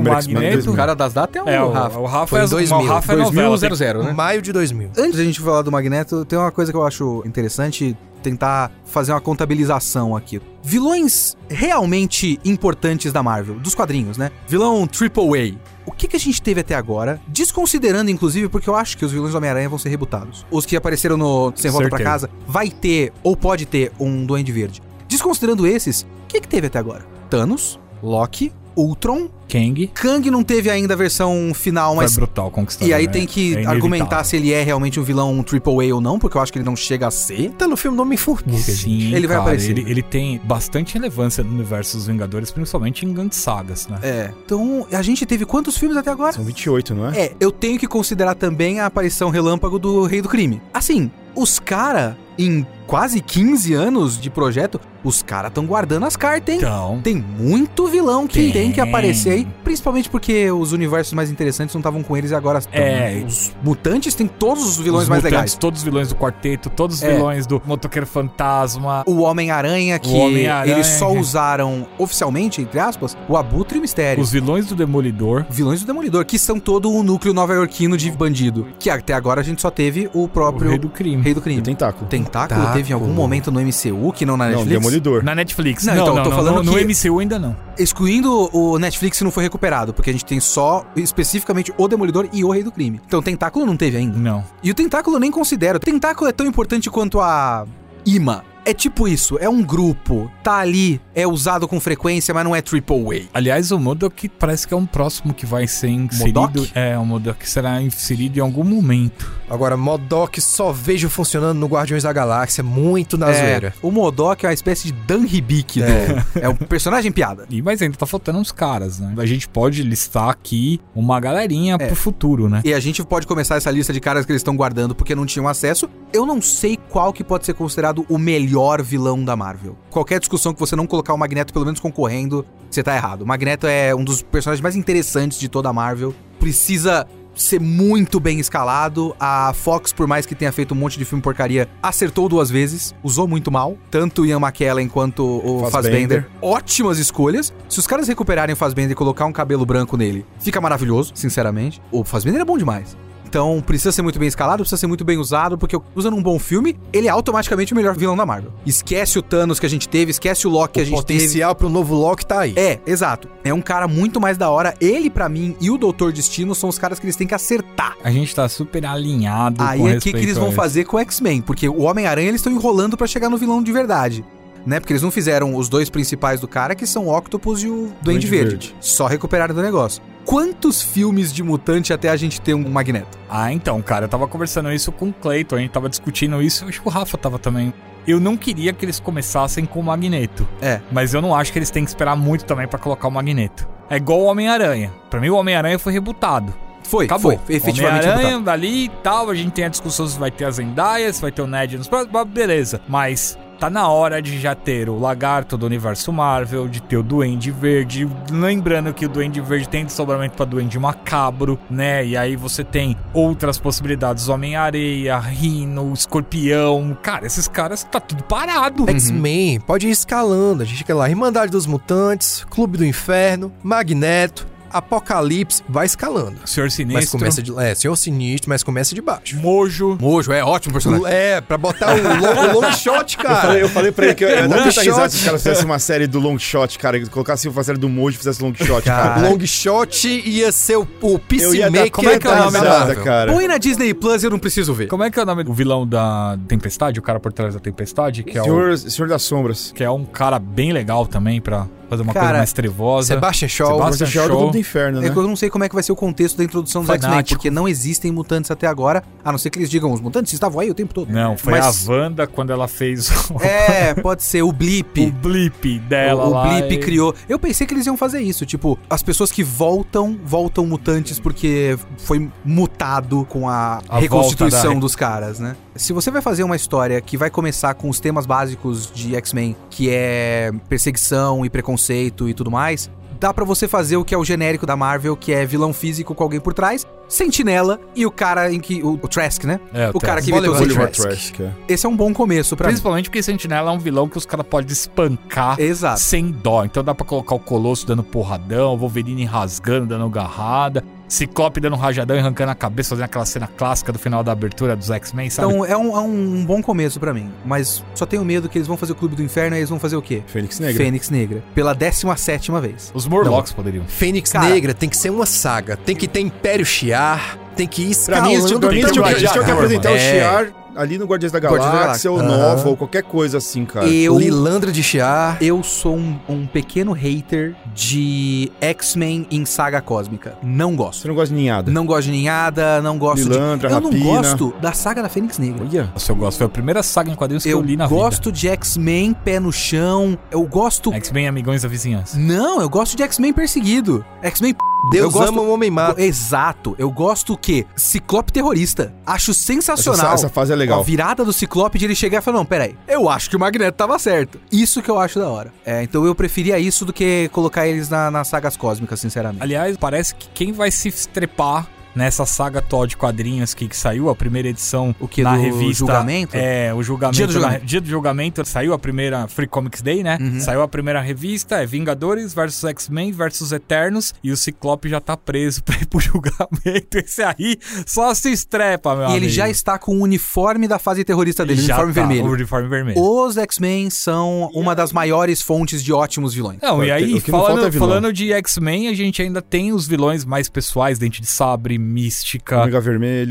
Primeiro X-Men Magneto... O cara das datas é o É, o Rafa. Rafa. O Rafa Foi é, em o 2000, Rafa é novela, tem que 2000, né? Maio de 2000. Antes da gente falar do Magneto, tem uma coisa que eu acho interessante tentar fazer uma contabilização aqui. Vilões realmente importantes da Marvel, dos quadrinhos, né? Vilão Triple A. O que, que a gente teve até agora? Desconsiderando, inclusive, porque eu acho que os vilões do Homem-Aranha vão ser rebutados. Os que apareceram no Sem Volta Pra Certeza. Casa, vai ter, ou pode ter, um Duende Verde. Desconsiderando esses, o que, que teve até agora? Thanos, Loki, Ultron, Kang. Kang não teve ainda a versão final, Foi mas brutal conquistar. e aí né? tem que É argumentar inevitável. se ele é realmente um vilão AAA ou não, porque eu acho que ele não chega a ser. Tá no filme do Homem-Formiga, gente. Sim, Ele vai cara, aparecer. Ele, ele tem bastante relevância no universo dos Vingadores, principalmente em grandes sagas, né? É. Então, a gente teve quantos filmes até agora? São 28, não é? É, eu tenho que considerar também a aparição relâmpago do Rei do Crime. Assim, os cara, em quase 15 anos de projeto, os cara estão guardando as cartas, hein? Então, Tem muito vilão que tem, tem que aparecer aí, principalmente porque os universos mais interessantes não estavam com eles e agora estão. É. né? Os mutantes têm todos os vilões Os mais mutantes, legais. Todos os vilões do quarteto, todos os É. vilões do motoqueiro fantasma. O Homem-Aranha, que Homem-Aranha. eles só usaram oficialmente, entre aspas, o Abutre e o Mistério. Os vilões do Demolidor. vilões do Demolidor, que são todo o núcleo nova-iorquino de bandido. Que até agora a gente só teve o O próprio rei do crime. Rei do Crime. O tentáculo. Tentáculo Tentáculo. teve em algum momento no MCU que não na Não, Netflix? Demolidor. Na Netflix. Não, então, eu tô falando no, que- no MCU ainda não. Excluindo o Netflix não foi recuperado, porque a gente tem só especificamente o Demolidor e o Rei do Crime. Então o Tentáculo não teve ainda. Não. E o Tentáculo eu nem considero. O Tentáculo é tão importante quanto a Ima. É tipo isso, é um grupo, tá ali, é usado com frequência, mas não é triple A. Aliás, o Modok parece que é um próximo que vai ser inserido. Modok? É, o Modok será inserido em algum momento. Agora, Modok só vejo funcionando no Guardiões da Galáxia, muito na É, Tá zoeira. o Modok é uma espécie de Dan Hibiki. É. é um personagem piada. E, mas ainda tá faltando uns caras, né? A gente pode listar aqui uma galerinha É. pro futuro, né? E a gente pode começar essa lista de caras que eles estão guardando porque não tinham acesso. Eu não sei qual que pode ser considerado o melhor vilão da Marvel. Qualquer discussão que você não colocar o Magneto pelo menos concorrendo, você tá errado. O Magneto é um dos personagens mais interessantes de toda a Marvel. Precisa ser muito bem escalado. A Fox, por mais que tenha feito um monte de filme porcaria, acertou duas vezes, usou muito mal. Tanto o Ian McKellen quanto o Fassbender. Fassbender. Ótimas escolhas. Se os caras recuperarem o Fassbender e colocar um cabelo branco nele, fica maravilhoso, sinceramente. O Fassbender é bom demais. Então, precisa ser muito bem escalado, precisa ser muito bem usado, porque usando um bom filme, ele é automaticamente o melhor vilão da Marvel. Esquece o Thanos que a gente teve, esquece o Loki que a gente teve. Potencial pro novo Loki tá aí. É, exato. É um cara muito mais da hora. Ele, pra mim, e o Doutor Destino são os caras que eles têm que acertar. A gente tá super alinhado Aí com é o que, que respeito eles a vão isso. fazer com o X-Men, porque o Homem-Aranha eles estão enrolando pra chegar no vilão de verdade. Né? Porque eles não fizeram os dois principais do cara, que são o Octopus e o Duende, Duende Verde. Verde. Só recuperaram do negócio. Quantos filmes de mutante até a gente ter um Magneto? Ah, então, cara, eu tava conversando isso com o Clayton, a gente tava discutindo isso, eu acho que o Rafa tava também. Eu não queria que eles começassem com o Magneto. É. Mas eu não acho que eles têm que esperar muito também pra colocar o Magneto. É igual o Homem-Aranha. Pra mim, o Homem-Aranha foi rebutado. Foi, Acabou. foi. Efetivamente Homem-Aranha, ali e tal, a gente tem a discussão se vai ter a Zendaya, se vai ter o Ned nos próximos, blá, beleza. Mas tá na hora de já ter o Lagarto do universo Marvel, de ter o Duende Verde, lembrando que o Duende Verde tem desdobramento pra Duende Macabro, né? E aí você tem outras possibilidades, Homem-Areia, Rino, Escorpião. Cara, esses caras tá tudo parado. É X-Men, pode ir escalando. A gente quer lá Irmandade dos Mutantes, Clube do Inferno, Magneto, Apocalipse, vai escalando. O Senhor Mas Sinistro, começa de. É, Senhor Sinistro, mas começa de baixo. Mojo, Mojo é ótimo personagem. É, pra botar o long, o long Eu shot, falei, cara. eu falei pra ele que eu ia dar Long muita risada shot. se os caras fizessem uma série do long shot, cara. que Colocasse uma série do Mojo e fizesse long shot, cara. Cara, Long shot ia ser o, o Eu ia dar Peacemaker como é que é o da nome Marvel. dela, cara? Põe na Disney Plus e eu não preciso ver. como é que é o nome do vilão da Tempestade? O cara por trás da Tempestade, que é o... Senhor, Senhor das Sombras. que é um cara bem legal também pra fazer uma coisa Cara, mais trevosa. Sebastian Shaw, Sebastian Você é o do Shaw. Clube do Inferno, né? É que eu não sei como é que vai ser o contexto da introdução dos Fanático. X-Men, porque não existem mutantes até agora, a não ser que eles digam, os mutantes estavam aí o tempo todo. Não, foi Mas- a Wanda quando ela fez o, É, pode ser [laughs] o o Blip. blip dela o lá. Blip e- criou. Eu pensei que eles iam fazer isso, tipo, as pessoas que voltam, voltam mutantes porque foi mutado com A a, volta reconstituição da- dos caras, né? Se você vai fazer uma história que vai começar com os temas básicos de X-Men, que é perseguição e preconceito e tudo mais, dá pra você fazer o que é o genérico da Marvel, que é vilão físico com alguém por trás, sentinela e o cara em que o, o Trask, né? É, o cara Trask. que imitou o Oliver Trask. Trask, é. Esse é um bom começo pra mim. Principalmente porque Sentinela é um vilão que os caras podem espancar Exato. sem dó. Então dá pra colocar o Colosso dando porradão, o Wolverine rasgando, dando garrada, Ciclope dando um rajadão e arrancando a cabeça, fazendo aquela cena clássica do final da abertura dos X-Men, sabe? Então é um, é um bom começo pra mim, mas só tenho medo que eles vão fazer o Clube do Inferno e eles vão fazer o quê? Fênix Negra. Fênix Negra. Pela 17 vez. Os Morlocks poderiam. Fênix Cara. Negra tem que ser uma saga. Tem que ter Império Shiar, tem que ir Pra mim, é eles tinham escalando. pra mim, eles tinham que, Guardiões eles tinham que da Galáxia, apresentar o mano. Shiar ali no Guardiões da É. Guardiões da Galáxia, ou Galáxia. Nova, Aham. ou qualquer coisa assim, cara. Eu, Lilandra de Shiar. eu sou um, um pequeno hater de X-Men em saga cósmica. Não Você gosto. não gosta de ninhada. Não gosto de ninhada, não gosto Lilandra, de... Eu não Rapina. gosto da saga da Fênix Negra. Olha. Nossa, eu gosto. Foi a primeira saga em quadrinhos que eu Eu li na vida. gosto de X-Men pé no chão. Eu gosto... X-Men Amigões da Vizinhança. Não, eu gosto de X-Men perseguido. X-Men... p****. eu Deus gosto... ama o homem mata. Exato. Eu gosto o quê? Ciclope terrorista. Acho Essa, sensacional. essa fase é legal. A virada do Ciclope de ele chegar e falar, não, peraí, eu acho que o Magneto tava certo. Isso que eu acho da hora. É, então eu preferia isso do que colocar eles na, nas sagas cósmicas, sinceramente. Aliás, parece que quem vai se estrepar nessa saga Todd de quadrinhos que, que saiu, a primeira edição O que, na do revista. julgamento? É, o julgamento. Dia do na- julgamento. Uhum. dia do julgamento, saiu a primeira Free Comics Day, né? Saiu a primeira revista, é Vingadores versus X-Men versus Eternos, e o Ciclope já tá preso pra ir pro [laughs] julgamento. Esse aí só se estrepa, meu E amigo. ele já está com o uniforme da fase terrorista dele, o Já uniforme tá, O vermelho. uniforme vermelho. Os X-Men são uma das maiores fontes de ótimos [laughs] vilões. Não, e Pô, aí, o que não falta falando, é vilão. falando de X-Men, a gente ainda tem os vilões mais pessoais, Dente de Sabre, Mística, Ômega,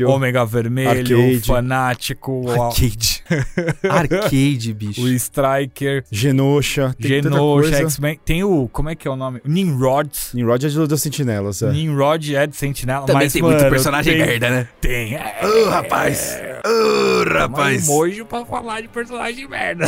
Ômega Vermelho, Vermelho, Arcade. Fanático, a- Arcade. Arcade, bicho. o Striker, Genosha, tem tanta Genosha, coisa. X-Men, tem o, como é que é o nome? Nimrod. Nimrod é de das Sentinelas, é. Nimrod é de Sentinela, Também mas, tem mano, muito personagem tem, merda, né? Tem, é, Ô, rapaz. Ô, mas rapaz. mojo pra falar de personagem merda.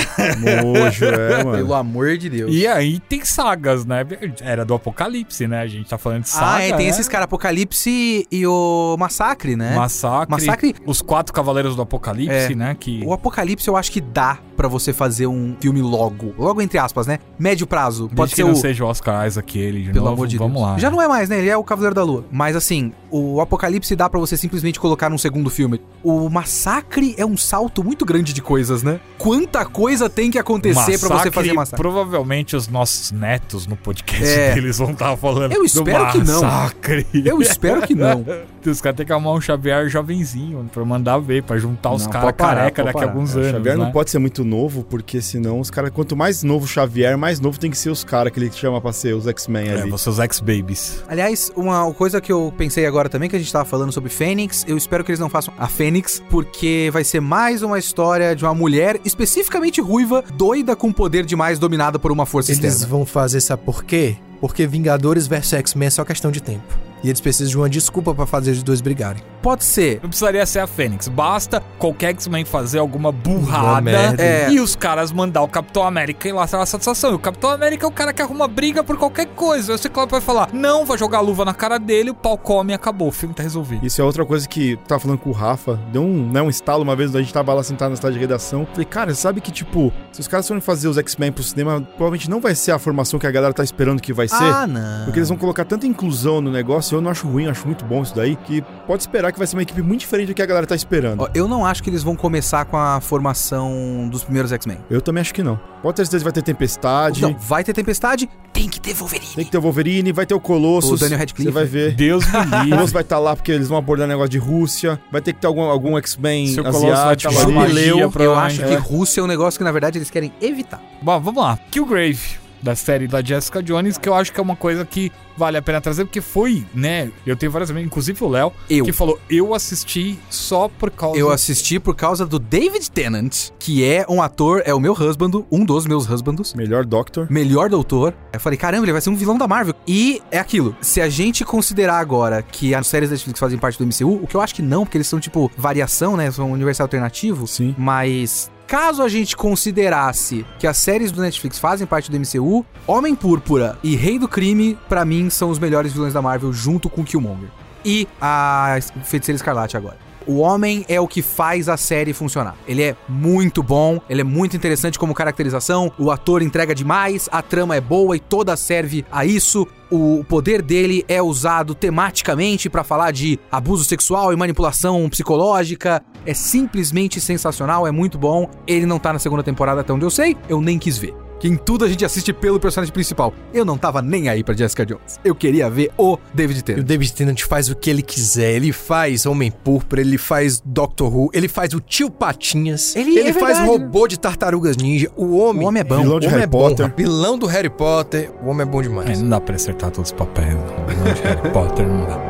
Mojo, [laughs] é, Pelo mano. amor de Deus. E aí tem sagas, né? Era do Apocalipse, né? A gente tá falando de saga, ah, é, tem né? esses caras, Apocalipse e o Massacre, né? Massacre. Massacre- Os quatro cavaleiros do Apocalipse, É. né? Que... O Apocalipse eu acho que dá pra você fazer um filme logo. Logo entre aspas, né? Médio prazo. Desde Pode que ser não o. seja o Oscar Isaac ele, de Pelo novo, amor de vamos Deus. lá. Já não é mais, né? Ele é o Cavaleiro da Lua. Mas assim, o Apocalipse dá pra você simplesmente colocar num segundo filme. O Massacre é um salto muito grande de coisas, né? Quanta coisa tem que acontecer pra você fazer massacre. Provavelmente os nossos netos no podcast É. deles vão estar falando. Eu espero que não. massacre. Eu espero que não. [laughs] Os caras têm que arrumar um Xavier jovenzinho pra mandar ver, pra juntar os Não, caras pode parar, careca pode daqui a parar. É, alguns O anos. Xavier né? não pode ser muito novo, porque senão os caras, quanto mais novo o Xavier, mais novo tem que ser os caras que ele chama pra ser os X-Men É, ali. você os ex-babies. Aliás, uma coisa que eu pensei agora também, que a gente tava falando sobre Fênix, eu espero que eles não façam a Fênix, porque vai ser mais uma história de uma mulher, especificamente ruiva, doida com poder demais, dominada por uma força Eles externa. vão fazer, sabe por quê? Porque Vingadores versus X-Men é só questão de tempo. E eles precisam de uma desculpa pra fazer os dois brigarem. Pode ser. Não precisaria ser a Fênix. Basta qualquer X-Men fazer alguma Uma burrada merda. é, e os caras mandar o Capitão América ir lá tirar a satisfação. E o Capitão América é o cara que arruma briga por qualquer coisa. Aí o Ciclope vai falar, não, vai jogar a luva na cara dele, o pau come e acabou. O filme tá resolvido. Isso é outra coisa que eu tava falando com o Rafa. Deu um, né, um estalo uma vez, a gente tava lá sentado na sala de redação. Falei, cara, sabe que, tipo, se os caras forem fazer os X-Men pro cinema, provavelmente não vai ser a formação que a galera tá esperando que vai ser. Ah, não. Porque eles vão colocar tanta inclusão no negócio, eu não acho ruim, eu acho muito bom isso daí, que pode esperar que vai ser uma equipe muito diferente do que a galera tá esperando. Ó, Eu não acho que eles vão começar com a formação dos primeiros X-Men. Eu também acho que não. Pode ter certeza que vai ter Tempestade, Não, vai ter Tempestade, tem que ter tem Wolverine. que ter o Wolverine, vai ter o Colossus. O Daniel Você Radcliffe. vai ver. Deus [laughs] me O livre. Colossus vai estar lá porque eles vão abordar negócio de Rússia. Vai ter que ter algum, algum X-Men Seu Colossus vai te asiático chamar ali. Jubileu, eu acho provavelmente, né? que é. Rússia é um negócio que, na verdade, eles querem evitar. Bom, vamos lá. Killgrave, da série da Jessica Jones, que eu acho que é uma coisa que vale a pena trazer, porque foi, né? Eu tenho várias amigas, inclusive o Léo, Eu. que falou, eu assisti só por causa... Eu assisti por causa do David Tennant, que é um ator, é o meu husband, um dos meus husbandos. Melhor Doctor. Melhor doutor. Eu falei, caramba, ele vai ser um vilão da Marvel. E é aquilo. Se a gente considerar agora que as séries da Netflix fazem parte do MCU, o que eu acho que não, porque eles são tipo variação, né? São um universo alternativo. Sim. Mas caso a gente considerasse que as séries do Netflix fazem parte do MCU, Homem Púrpura e Rei do Crime, pra mim, são os melhores vilões da Marvel junto com Killmonger. E a Feiticeira Escarlate agora. O homem é o que faz a série funcionar. Ele é muito bom, ele é muito interessante como caracterização, o ator entrega demais, a trama é boa e toda serve a isso. O poder dele é usado tematicamente pra falar de abuso sexual e manipulação psicológica. É simplesmente sensacional, é muito bom. Ele não tá na segunda temporada até onde eu sei, eu nem quis ver. Que em tudo a gente assiste pelo personagem principal. Eu não tava nem aí pra Jessica Jones. Eu queria ver o David E o Tennant. David Tennant faz o que ele quiser. Ele faz Homem Púrpura, ele faz Doctor Who, ele faz o Tio Patinhas. Ele- é faz verdade, robô de Tartarugas Ninja. O homem, O homem é bom. Vilão de o homem Harry é bom, Potter. rapaz. vilão do Harry Potter. O homem é bom É, demais. não dá pra acertar todos os papéis. Não. Não, de Harry Potter não dá.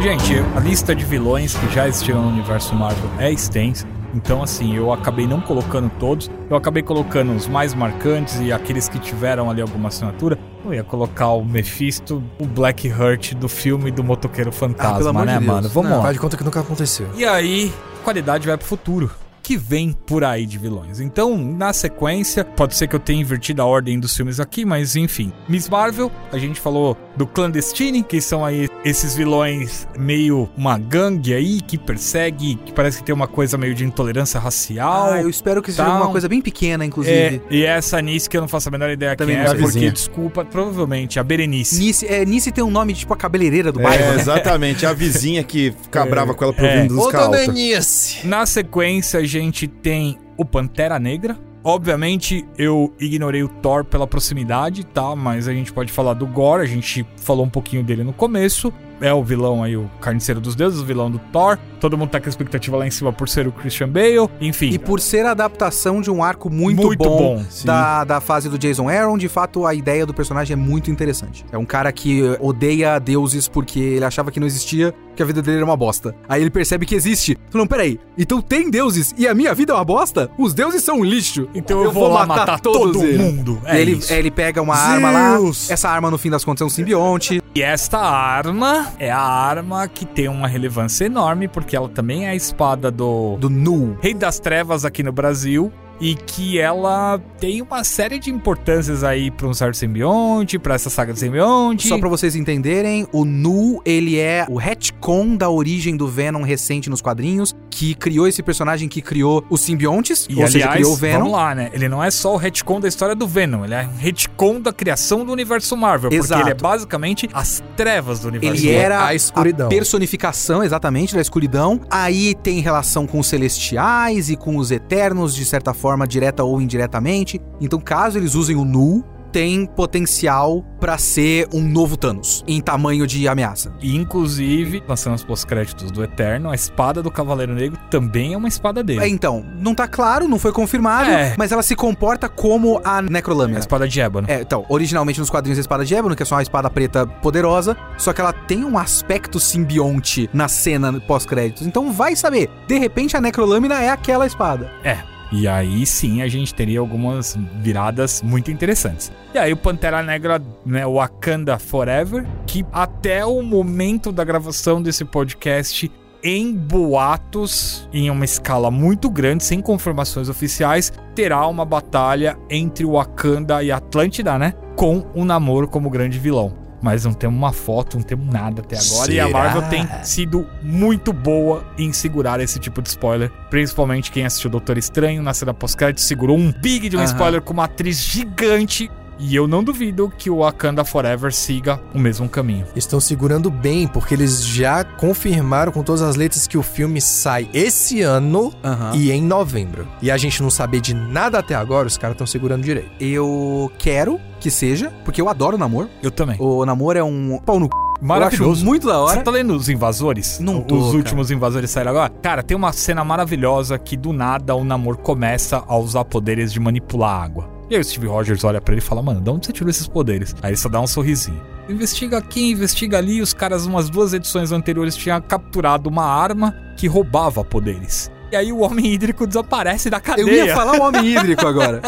Gente, a lista de vilões que já existiram no universo Marvel é extensa. Então, assim, eu acabei não colocando todos. Eu acabei colocando os mais marcantes e aqueles que tiveram ali alguma assinatura. Eu ia colocar o Mephisto, o Black Hurt do filme do Motoqueiro Fantasma, Ah, amor né, de Deus. mano? Vamos Não, lá. Faz de conta que nunca aconteceu. E aí, qualidade vai pro futuro. que vem por aí de vilões. Então, na sequência, pode ser que eu tenha invertido a ordem dos filmes aqui, mas enfim. Miss Marvel, a gente falou do Clandestine, que são aí esses vilões meio uma gangue aí que persegue, que parece que tem uma coisa meio de intolerância racial. Ah, eu espero que seja tal. alguma coisa bem pequena, É, inclusive. e essa Nice que eu não faço a menor ideia Também quem não é, sei. porque, Vizinha. desculpa, provavelmente a Berenice. Nice, é, Nice tem um nome de tipo a cabeleireira do bairro, É, né? exatamente. A vizinha que fica brava com ela por É. ouvindo Ô, música dona alta. Anice. Na sequência, a gente tem o Pantera Negra. Obviamente, eu ignorei o Thor pela proximidade, tá? Mas a gente pode falar do Gore, a gente falou um pouquinho dele no começo. É o vilão aí, o Carniceiro dos Deuses, o vilão do Thor. Todo mundo tá com a expectativa lá em cima por ser o Christian Bale. Enfim, E por ser a adaptação de um arco muito, bom, Sim. Tá. da, da fase do Jason Aaron, de fato a ideia do personagem é muito interessante. É um cara que odeia deuses porque ele achava que não existia, que a vida dele era uma bosta. Aí ele percebe que existe. Falando, peraí, então tem deuses e a minha vida é uma bosta? Os deuses são um lixo. Então eu, vou lá matar, todo eles." mundo. E É ele, isso. ele pega uma arma lá. Zeus! Essa arma, no fim das contas, é um simbionte. E esta arma é a arma que tem uma relevância enorme, porque ela também é a espada do Do Nu. Rei das Trevas aqui no Brasil e que ela tem uma série de importâncias aí para um certo simbionte, para essa saga do simbionte. Só pra vocês entenderem, o Nu, ele é o retcon da origem do Venom recente nos quadrinhos, que criou esse personagem que criou os simbiontes, E ou aliás, seja, criou o vamos Venom. lá, né? Ele não é só o retcon da história do Venom, ele é um retcon da criação do universo Marvel, porque Exato. ele é basicamente as trevas do universo Ele Marvel. era a escuridão. personificação, exatamente, da escuridão. Aí tem relação com os celestiais e com os eternos, de certa forma, direta ou indiretamente. Então, caso eles usem o Nu, tem potencial pra ser um novo Thanos, em tamanho de ameaça. E, inclusive, lançando os pós-créditos do Eterno, a espada do Cavaleiro Negro também é uma espada dele. É, então, não tá claro, não foi confirmado, É. mas ela se comporta como a a Necrolâmina. espada de ébano. É, então, originalmente nos quadrinhos a espada de Ébano, que é só uma espada preta poderosa, só que ela tem um aspecto simbionte na cena pós-créditos. Então vai saber, de repente a Necrolâmina é aquela espada. E aí sim a gente teria algumas viradas muito interessantes. E aí o Pantera Negra, né, o Wakanda Forever, que até o momento da gravação desse podcast em boatos, em uma escala muito grande, sem confirmações oficiais, terá uma batalha entre Wakanda e Atlântida, né? Com o Namor como grande vilão. Mas não temos uma foto, não temos nada até agora. E a Será? Marvel tem sido muito boa em segurar esse tipo de spoiler. Principalmente quem assistiu Doutor Estranho na cena pós-crédito segurou um big de um Aham. spoiler com uma atriz gigante. E eu não duvido que o Wakanda Forever siga o mesmo caminho. Estão segurando bem, porque eles já confirmaram com todas as letras que o filme sai esse ano E e em novembro. E a gente não saber de nada até agora, os caras estão segurando direito. eu quero que seja, porque eu adoro o Namor. Eu também. O Namor é um pau no c... Eu acho Maravilhoso. muito da Você hora. tá lendo os invasores? Não Os tô, cara. últimos invasores saíram agora? Cara, tem uma cena maravilhosa que do nada o Namor começa a usar poderes de manipular água. E aí o Steve Rogers olha pra ele e fala: Mano, de onde você tirou esses poderes? Aí ele só dá um sorrisinho. Investiga aqui, investiga ali. Os caras, umas duas edições anteriores, tinham capturado uma arma que roubava poderes. E aí o Homem Hídrico desaparece da Eu cadeia. ia falar [laughs] o Homem Hídrico agora.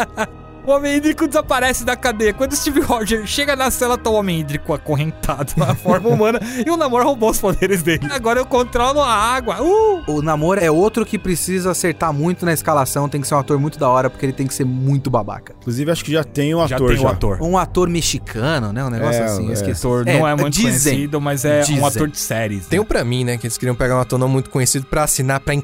O Homem Hídrico desaparece da cadeia. Quando o Steve Rogers chega na cela, tá o Homem Hídrico acorrentado [laughs] na forma humana e o Namor roubou os poderes dele. Agora eu controlo a água. Uh! O Namor é outro que precisa acertar muito na escalação, tem que ser um ator muito da hora, porque ele tem que ser muito babaca. Inclusive, acho que já tem o já ator tem o já. ator. Um ator mexicano, né? Um negócio É, assim, eu é. esqueci. ator não é, muito dizem. conhecido, mas é Dizem. um ator de séries. Tem um pra mim, né, que eles queriam pegar um ator não muito conhecido pra assinar pra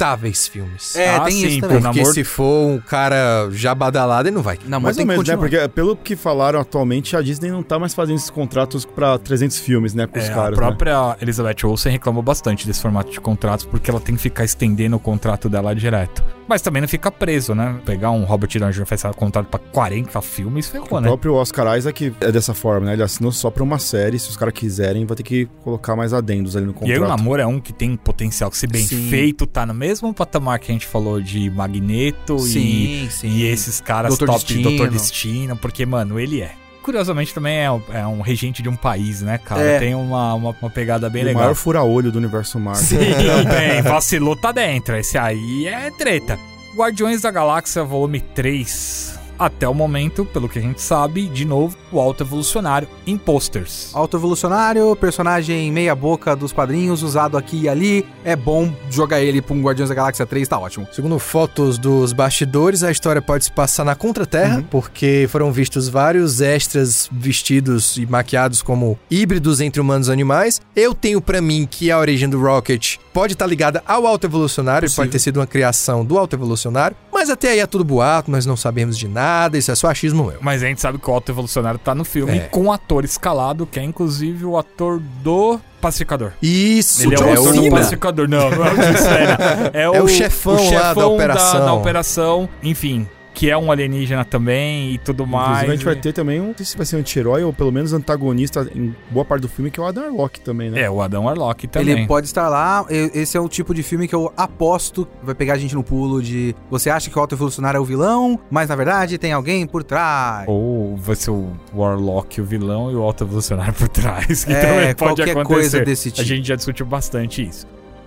incontáveis filmes. É, Ah, tem sim, isso pô, também. na- Porque namoro- se for um cara já badalado, ele não vai. Namor Mais ou tem que menos, né? continuar. Porque pelo que falaram atualmente, a Disney não tá mais fazendo esses contratos pra 300 filmes, né? Com os É, caras, a própria Elizabeth Olsen reclamou bastante desse formato de contratos, porque ela tem que ficar estendendo o contrato dela direto. Mas também não fica preso, né? Pegar um Robert Downey Jr. faz contrato pra 40 filmes, né? ferrou, O né? próprio Oscar Isaac é dessa forma, né? Ele assinou só pra uma série, se os caras quiserem, vai ter que colocar mais adendos ali no E aí o contrato. namoro é um que tem potencial, que se bem Sim. feito, tá no mesmo patamar que a gente falou de Magneto e sim. E esses caras Doutor top Destino. Doutor Destino, porque, mano, ele é. Curiosamente, também é, um- é um regente de um país, né, cara? É. Tem uma, uma, uma pegada bem o legal. [laughs] maior fura-olho do universo [laughs] Marvel. né? Também, vacilou, tá dentro. Esse aí é treta. Guardiões da Galáxia Volume 3. até o momento, pelo que a gente sabe, de novo, o Alto Evolucionário em posters. Autoevolucionário, personagem meia boca dos quadrinhos, usado aqui e ali. É bom jogar ele pra um Guardiões da Galáxia 3, tá ótimo. Segundo fotos dos bastidores, a história pode se passar na Contra-Terra, porque foram vistos vários extras vestidos e maquiados como híbridos entre humanos e animais. Eu tenho pra mim que a origem do Rocket pode estar ligada ao autoevolucionário, ele pode ter sido uma criação do autoevolucionário, mas até aí é tudo boato, nós não sabemos de nada, isso é só achismo meu. Mas a gente sabe que o Alto Evolucionário tá no filme É. com um ator escalado, que é inclusive o ator do Pacificador. Isso, Ele é o John ator do Cena. Pacificador, não, não é o John [laughs] Cena. É o chefão lá da operação. Da, operação, enfim, que é um alienígena também e tudo mais. Inclusive, a gente vai ter também um. Não sei se vai ser um anti-herói ou pelo menos antagonista em boa parte do filme, que é o Adam Arlock também, né? É, o Adão Arlock também. Ele pode estar lá. e- Esse é o tipo de filme que eu aposto que vai pegar a gente no pulo de você acha que o autoevolucionário é o vilão, mas na verdade tem alguém por trás. Ou vai ser o Warlock, o vilão, e o Alto Evolucionário por trás, [laughs] que É, também pode qualquer acontecer. coisa desse tipo. A gente já discutiu bastante isso.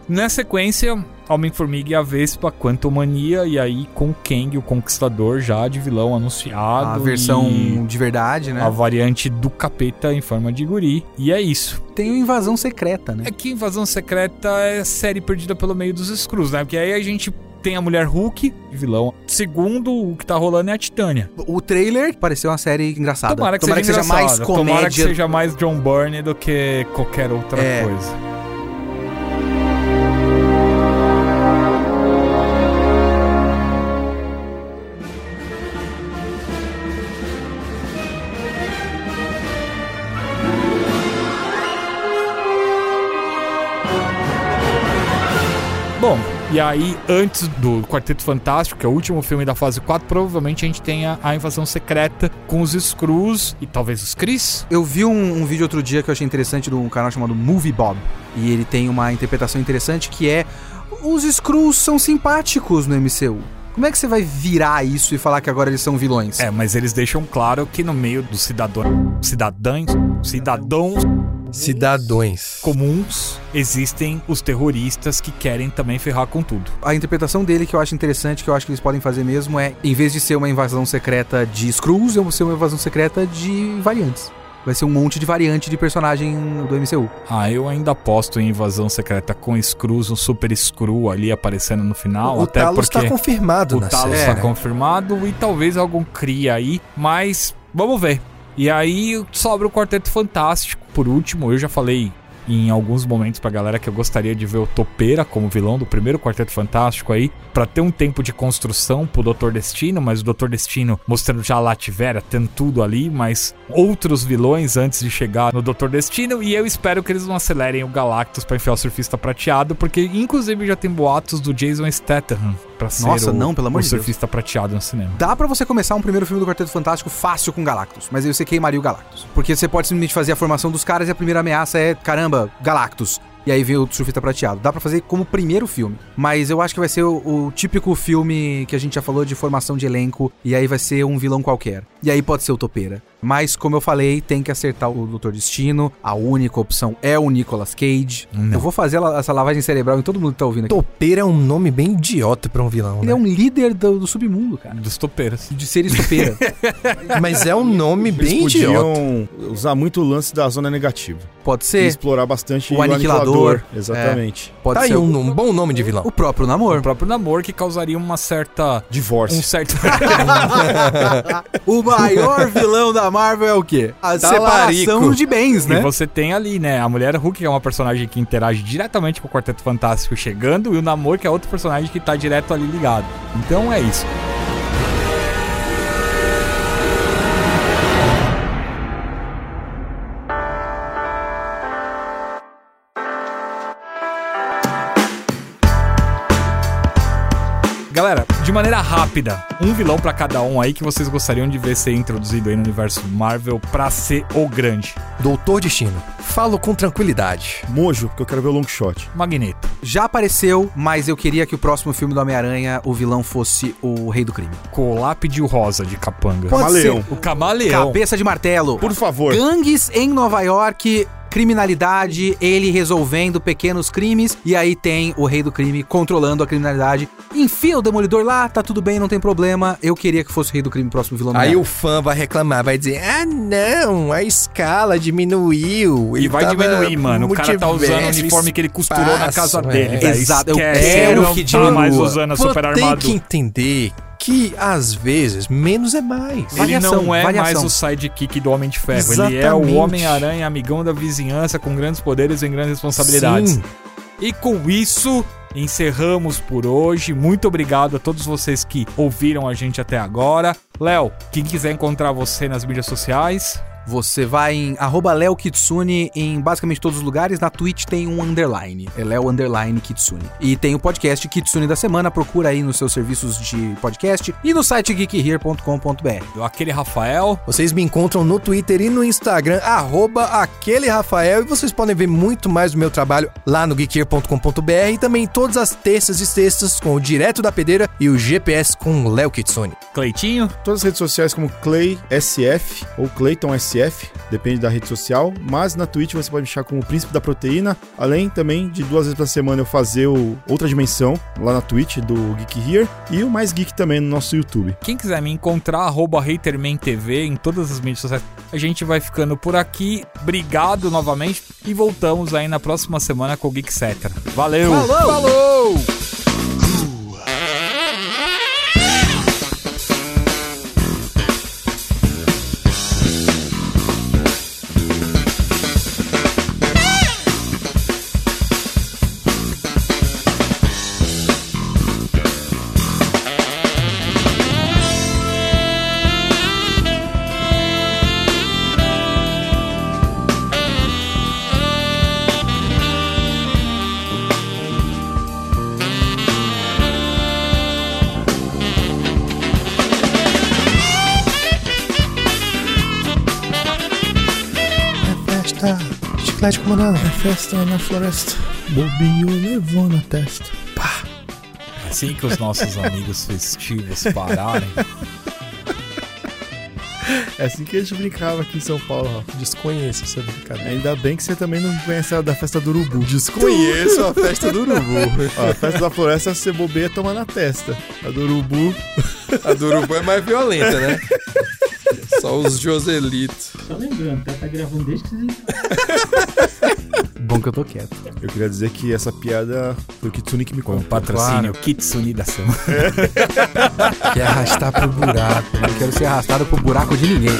Na sequência, Homem-Formiga e a Vespa, Quantumania, e aí com o Kang, o Conquistador, já de vilão anunciado. A versão e de verdade, né? A variante do capeta em forma de guri. E é isso. Tem o invasão secreta, né? É que Invasão Secreta é série perdida pelo meio dos Screws, né? Porque aí a gente tem a Mulher Hulk, vilão. Segundo, o que tá rolando é a Titânia. O trailer pareceu uma série engraçada. Tomara que, seja, mais engraçada. Tomara que comédia. seja mais John Byrne do que qualquer outra É. coisa. Bom, e aí, antes do Quarteto Fantástico, que é o último filme da fase 4, provavelmente a gente tenha a invasão secreta com os Screws e talvez os Chris. Eu vi um, um vídeo outro dia que eu achei interessante de um canal chamado Movie Bob. E ele tem uma interpretação interessante que é: os Skrulls são simpáticos no MCU. Como é que você vai virar isso e falar que agora eles são vilões? É, mas eles deixam claro que no meio dos cidadãos, cidadãos, cidadãos Cidadões. comuns, existem os terroristas que querem também ferrar com tudo. A interpretação dele que eu acho interessante, que eu acho que eles podem fazer mesmo, é: em vez de ser uma invasão secreta de Skrulls, eu vou ser uma invasão secreta de variantes. Vai ser um monte de variante de personagem do MCU. Ah, eu ainda aposto em invasão secreta com Screws, um super Screw ali aparecendo no final, o até Talos porque tá confirmado o na Talos série. É. tá confirmado e talvez algum cria aí, mas vamos ver. E aí sobra o Quarteto Fantástico. Por último, eu já falei em alguns momentos pra galera que eu gostaria de ver o Topeira como vilão do primeiro Quarteto Fantástico aí, pra ter um tempo de construção pro Doutor Destino, mas o Doutor Destino mostrando já a Lativera, tendo tudo ali, mas outros vilões antes de chegar no Doutor Destino, e eu espero que eles não acelerem o Galactus pra enfiar o Surfista Prateado, porque inclusive já tem boatos do Jason Statham pra ser Nossa, o, não, pelo amor o de Deus. Surfista Prateado no cinema. Dá pra você começar um primeiro filme do Quarteto Fantástico fácil com Galactus, mas aí você queimaria o Galactus. Porque você pode simplesmente fazer a formação dos caras e a primeira ameaça é, caramba, Galactus. E aí vem o surfista prateado. Dá pra fazer como primeiro filme. Mas eu acho que vai ser o, o típico filme que a gente já falou de formação de elenco. E aí vai ser um vilão qualquer. E aí pode ser o Topeira. Mas, como eu falei, tem que acertar o Doutor Destino. A única opção é o Nicolas Cage. Eu vou fazer la- essa lavagem cerebral em todo mundo que tá ouvindo aqui. Topeira é um nome bem idiota pra um vilão, Ele né? é um líder do, do submundo, cara. Dos Topeiras. De seres topeira. [laughs] Mas é um nome bem idiota. podiam usar muito o lance da zona negativa. Pode E ser. explorar bastante O aniquilador. É. Exatamente. Pode Tá ser aí um, o, um bom nome de vilão. o próprio namoro. O próprio namoro que causaria uma certa. Divórcio. Um certo. O [laughs] maior vilão da Marvel é o quê? A separação separico. de bens, E né? você tem ali, né? A mulher Hulk, que é uma personagem que interage diretamente com o Quarteto Fantástico chegando, e o Namor, que é outro personagem que tá direto ali ligado. Então é isso. Galera, de maneira rápida, um vilão pra cada um aí que vocês gostariam de ver ser introduzido aí no universo Marvel pra ser o grande. Doutor Destino. Falo com tranquilidade. Mojo, porque eu quero ver o long shot. Magneto. Já apareceu, mas eu queria que o próximo filme do Homem-Aranha, o vilão fosse o Rei do Crime. Colápidio rosa de capanga. Camaleão. O camaleão. Cabeça de martelo. Por favor. Gangues em Nova York. criminalidade, ele resolvendo pequenos crimes, e aí tem o rei do crime controlando a criminalidade. Enfia o demolidor lá, tá tudo bem, não tem problema. Eu queria que fosse o rei do crime próximo vilão do Aí Batman. o fã vai reclamar, vai dizer: ah, não, a escala diminuiu. E vai tava diminuir, mano. O cara tá usando o multiverso, uniforme que ele costurou na casa espaço, dele. é. velho. Exato, eu Esquece, quero não que tá mais diminua. usando a Fã super tem armadura. que entender que, às vezes, menos é mais. Ele não Variação, é mais variação. o sidekick do Homem de Ferro. Ele é o Exatamente. Homem-Aranha, amigão da vizinhança, com grandes poderes e grandes responsabilidades. Sim. E com isso, encerramos por hoje. Muito obrigado a todos vocês que ouviram a gente até agora. Léo, quem quiser encontrar você nas mídias sociais, Você vai em arroba Léo Kitsune em basicamente todos os lugares. Na Twitch tem um underline. É Léo Underline Kitsune. E tem o podcast Kitsune da Semana. Procura aí nos seus serviços de podcast e no site geekhere.com.br. aquele Rafael. Vocês me encontram no Twitter e no Instagram, arroba aquele Rafael, e vocês podem ver muito mais do meu trabalho lá no geekier.com.br e também todas as terças e sextas com o Direto da Pedeira e o GPS com o Léo Kitsune. Cleitinho, Todas as redes sociais como Clay SF ou Clayton SF, depende da rede social, mas na Twitch você pode me achar como o Príncipe da Proteína, além também de duas vezes pra semana eu fazer o Outra Dimensão lá na Twitch do Geek Here e o Mais Geek também no nosso YouTube. quem quiser me encontrar, arroba HatermanTV em todas as mídias sociais. A gente vai ficando por aqui. Obrigado novamente e voltamos aí na próxima semana com o Geek Cetra. Valeu! Falou! Festa, chiclete com banana. É festa na floresta, bobinho levou na testa. Assim que os nossos amigos festivos pararem. É assim que a gente brincava aqui em São Paulo, Rafa. Desconheço essa brincadeira. Ainda bem que você também não conhece a da festa do urubu. Desconheço [laughs] a festa do Urubu. Ó, a festa da floresta, você bobeia, toma na testa. A do urubu... A do Urubu é mais violenta, né? Só os Joselitos. Só lembrando, tá, tá gravando desde que vocês Bom que eu tô quieto. Eu queria dizer que essa piada foi um o Kitsune que me Com o contou. um patrocínio Kitsune da semana. Quer arrastar pro buraco. Não quero ser arrastado pro buraco de ninguém.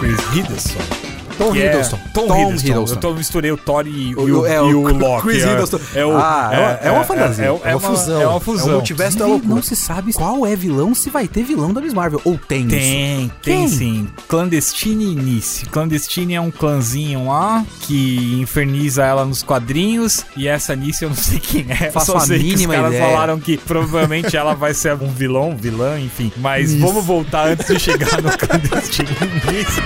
Chris Hiddleston. Tom que é- Hiddleston. Tom, Tom Hiddleston. Hiddleston. Eu tô, misturei o Thor e o, O- e o, é, e o o Loki. Chris é, Hiddleston. É, o, Ah, é uma- é uma fantasia. É, é uma fusão. É uma É um fusão. multiverso da Inclusive, loucura. Não se sabe qual é vilão, se vai ter vilão da Miss Marvel. Ou tem, isso. Tem, tem Quem? sim. Clandestine e Nice. Clandestine é um clãzinho lá que inferniza ela nos quadrinhos. E essa Nice eu não sei quem é. Faço só a sei que mínima os caras ideia. falaram que provavelmente ela vai ser um vilão, vilã, enfim. Mas vamos voltar antes de chegar no [laughs] Clandestine e Nice.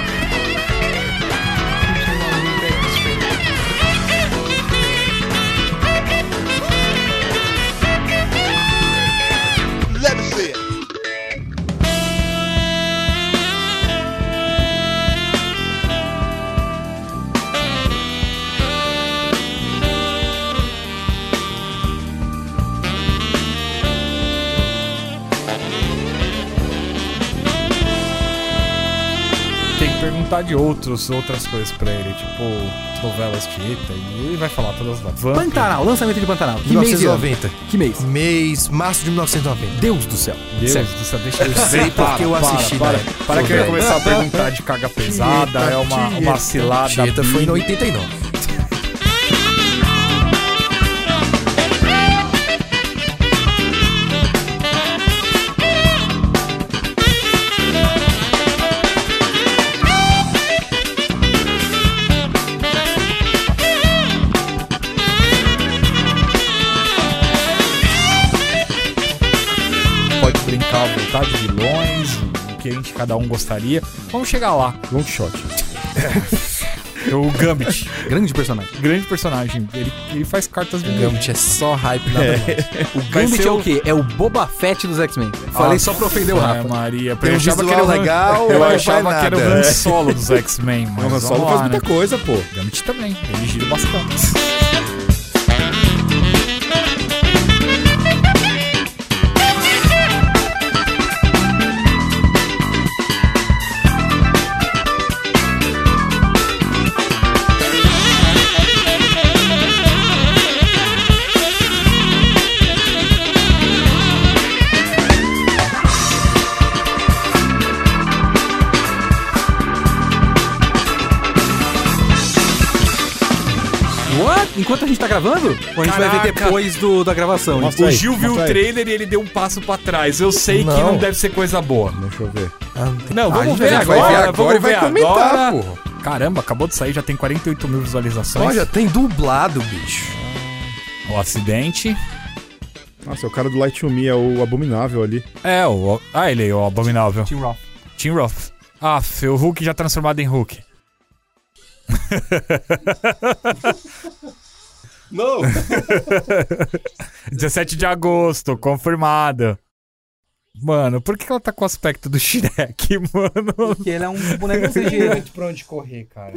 Tem que perguntar de outros, outras coisas pra ele, tipo novelas Tieta, e ele vai falar todas lá. Vamp, Pantanal, lançamento de Pantanal. Que é? mês? é? de ano? 1990. Que mês? Mês, março de 1990. Deus do céu. Deus Certo. do céu, deixa eu sei porque eu assisti, Para, né? para, para que eu ia Sou começar a perguntar de carga pesada, é uma, Tieta, uma cilada. Tieta foi em mínima. 89. tá? Vontade de vilões, o que a gente cada um gostaria. Vamos chegar lá. É Long shot. O Gambit, [laughs] Grande personagem. grande personagem. Ele, ele faz cartas de Gambit. Gambit é só hype, nada É. mais. O Vai Gambit ser é o- o quê? É o Boba Fett dos X-Men. Ah, Falei só pra ofender o Ai, Rafa. Maria, Tem um achava que visual era o Han- legal, Eu mas não achava faz que era o nada. Han [laughs] Solo dos X-Men, é mas O Han vamos Solo lá, faz né? muita coisa, pô. Gambit também, ele gira bastante. What? Enquanto a gente tá gravando? Ou a gente vai ver Caraca. depois do, da gravação? Nossa. O Aí, Gil viu o mostra aí. trailer e ele deu um passo pra trás. Eu sei que Não. não deve ser coisa boa. Deixa eu ver. Não, a vamos gente ver vai ver agora, agora vamos e vai ver comentar, agora. porra. Caramba, acabou de sair, já tem 48 mil visualizações. Olha, tem dublado, bicho. O acidente. Nossa, é o cara do Light to Me, é o abominável ali. É, o. Ah, ele aí, o Abominável. Tim Roth. Tim Roth. Ah, o Hulk já transformado em [laughs] Hulk. [laughs] Não. 17 de agosto, confirmado. Mano, por que que ela tá com o aspecto do Shrek, [laughs] mano? Porque ele é um boneco CG. pra onde correr, cara.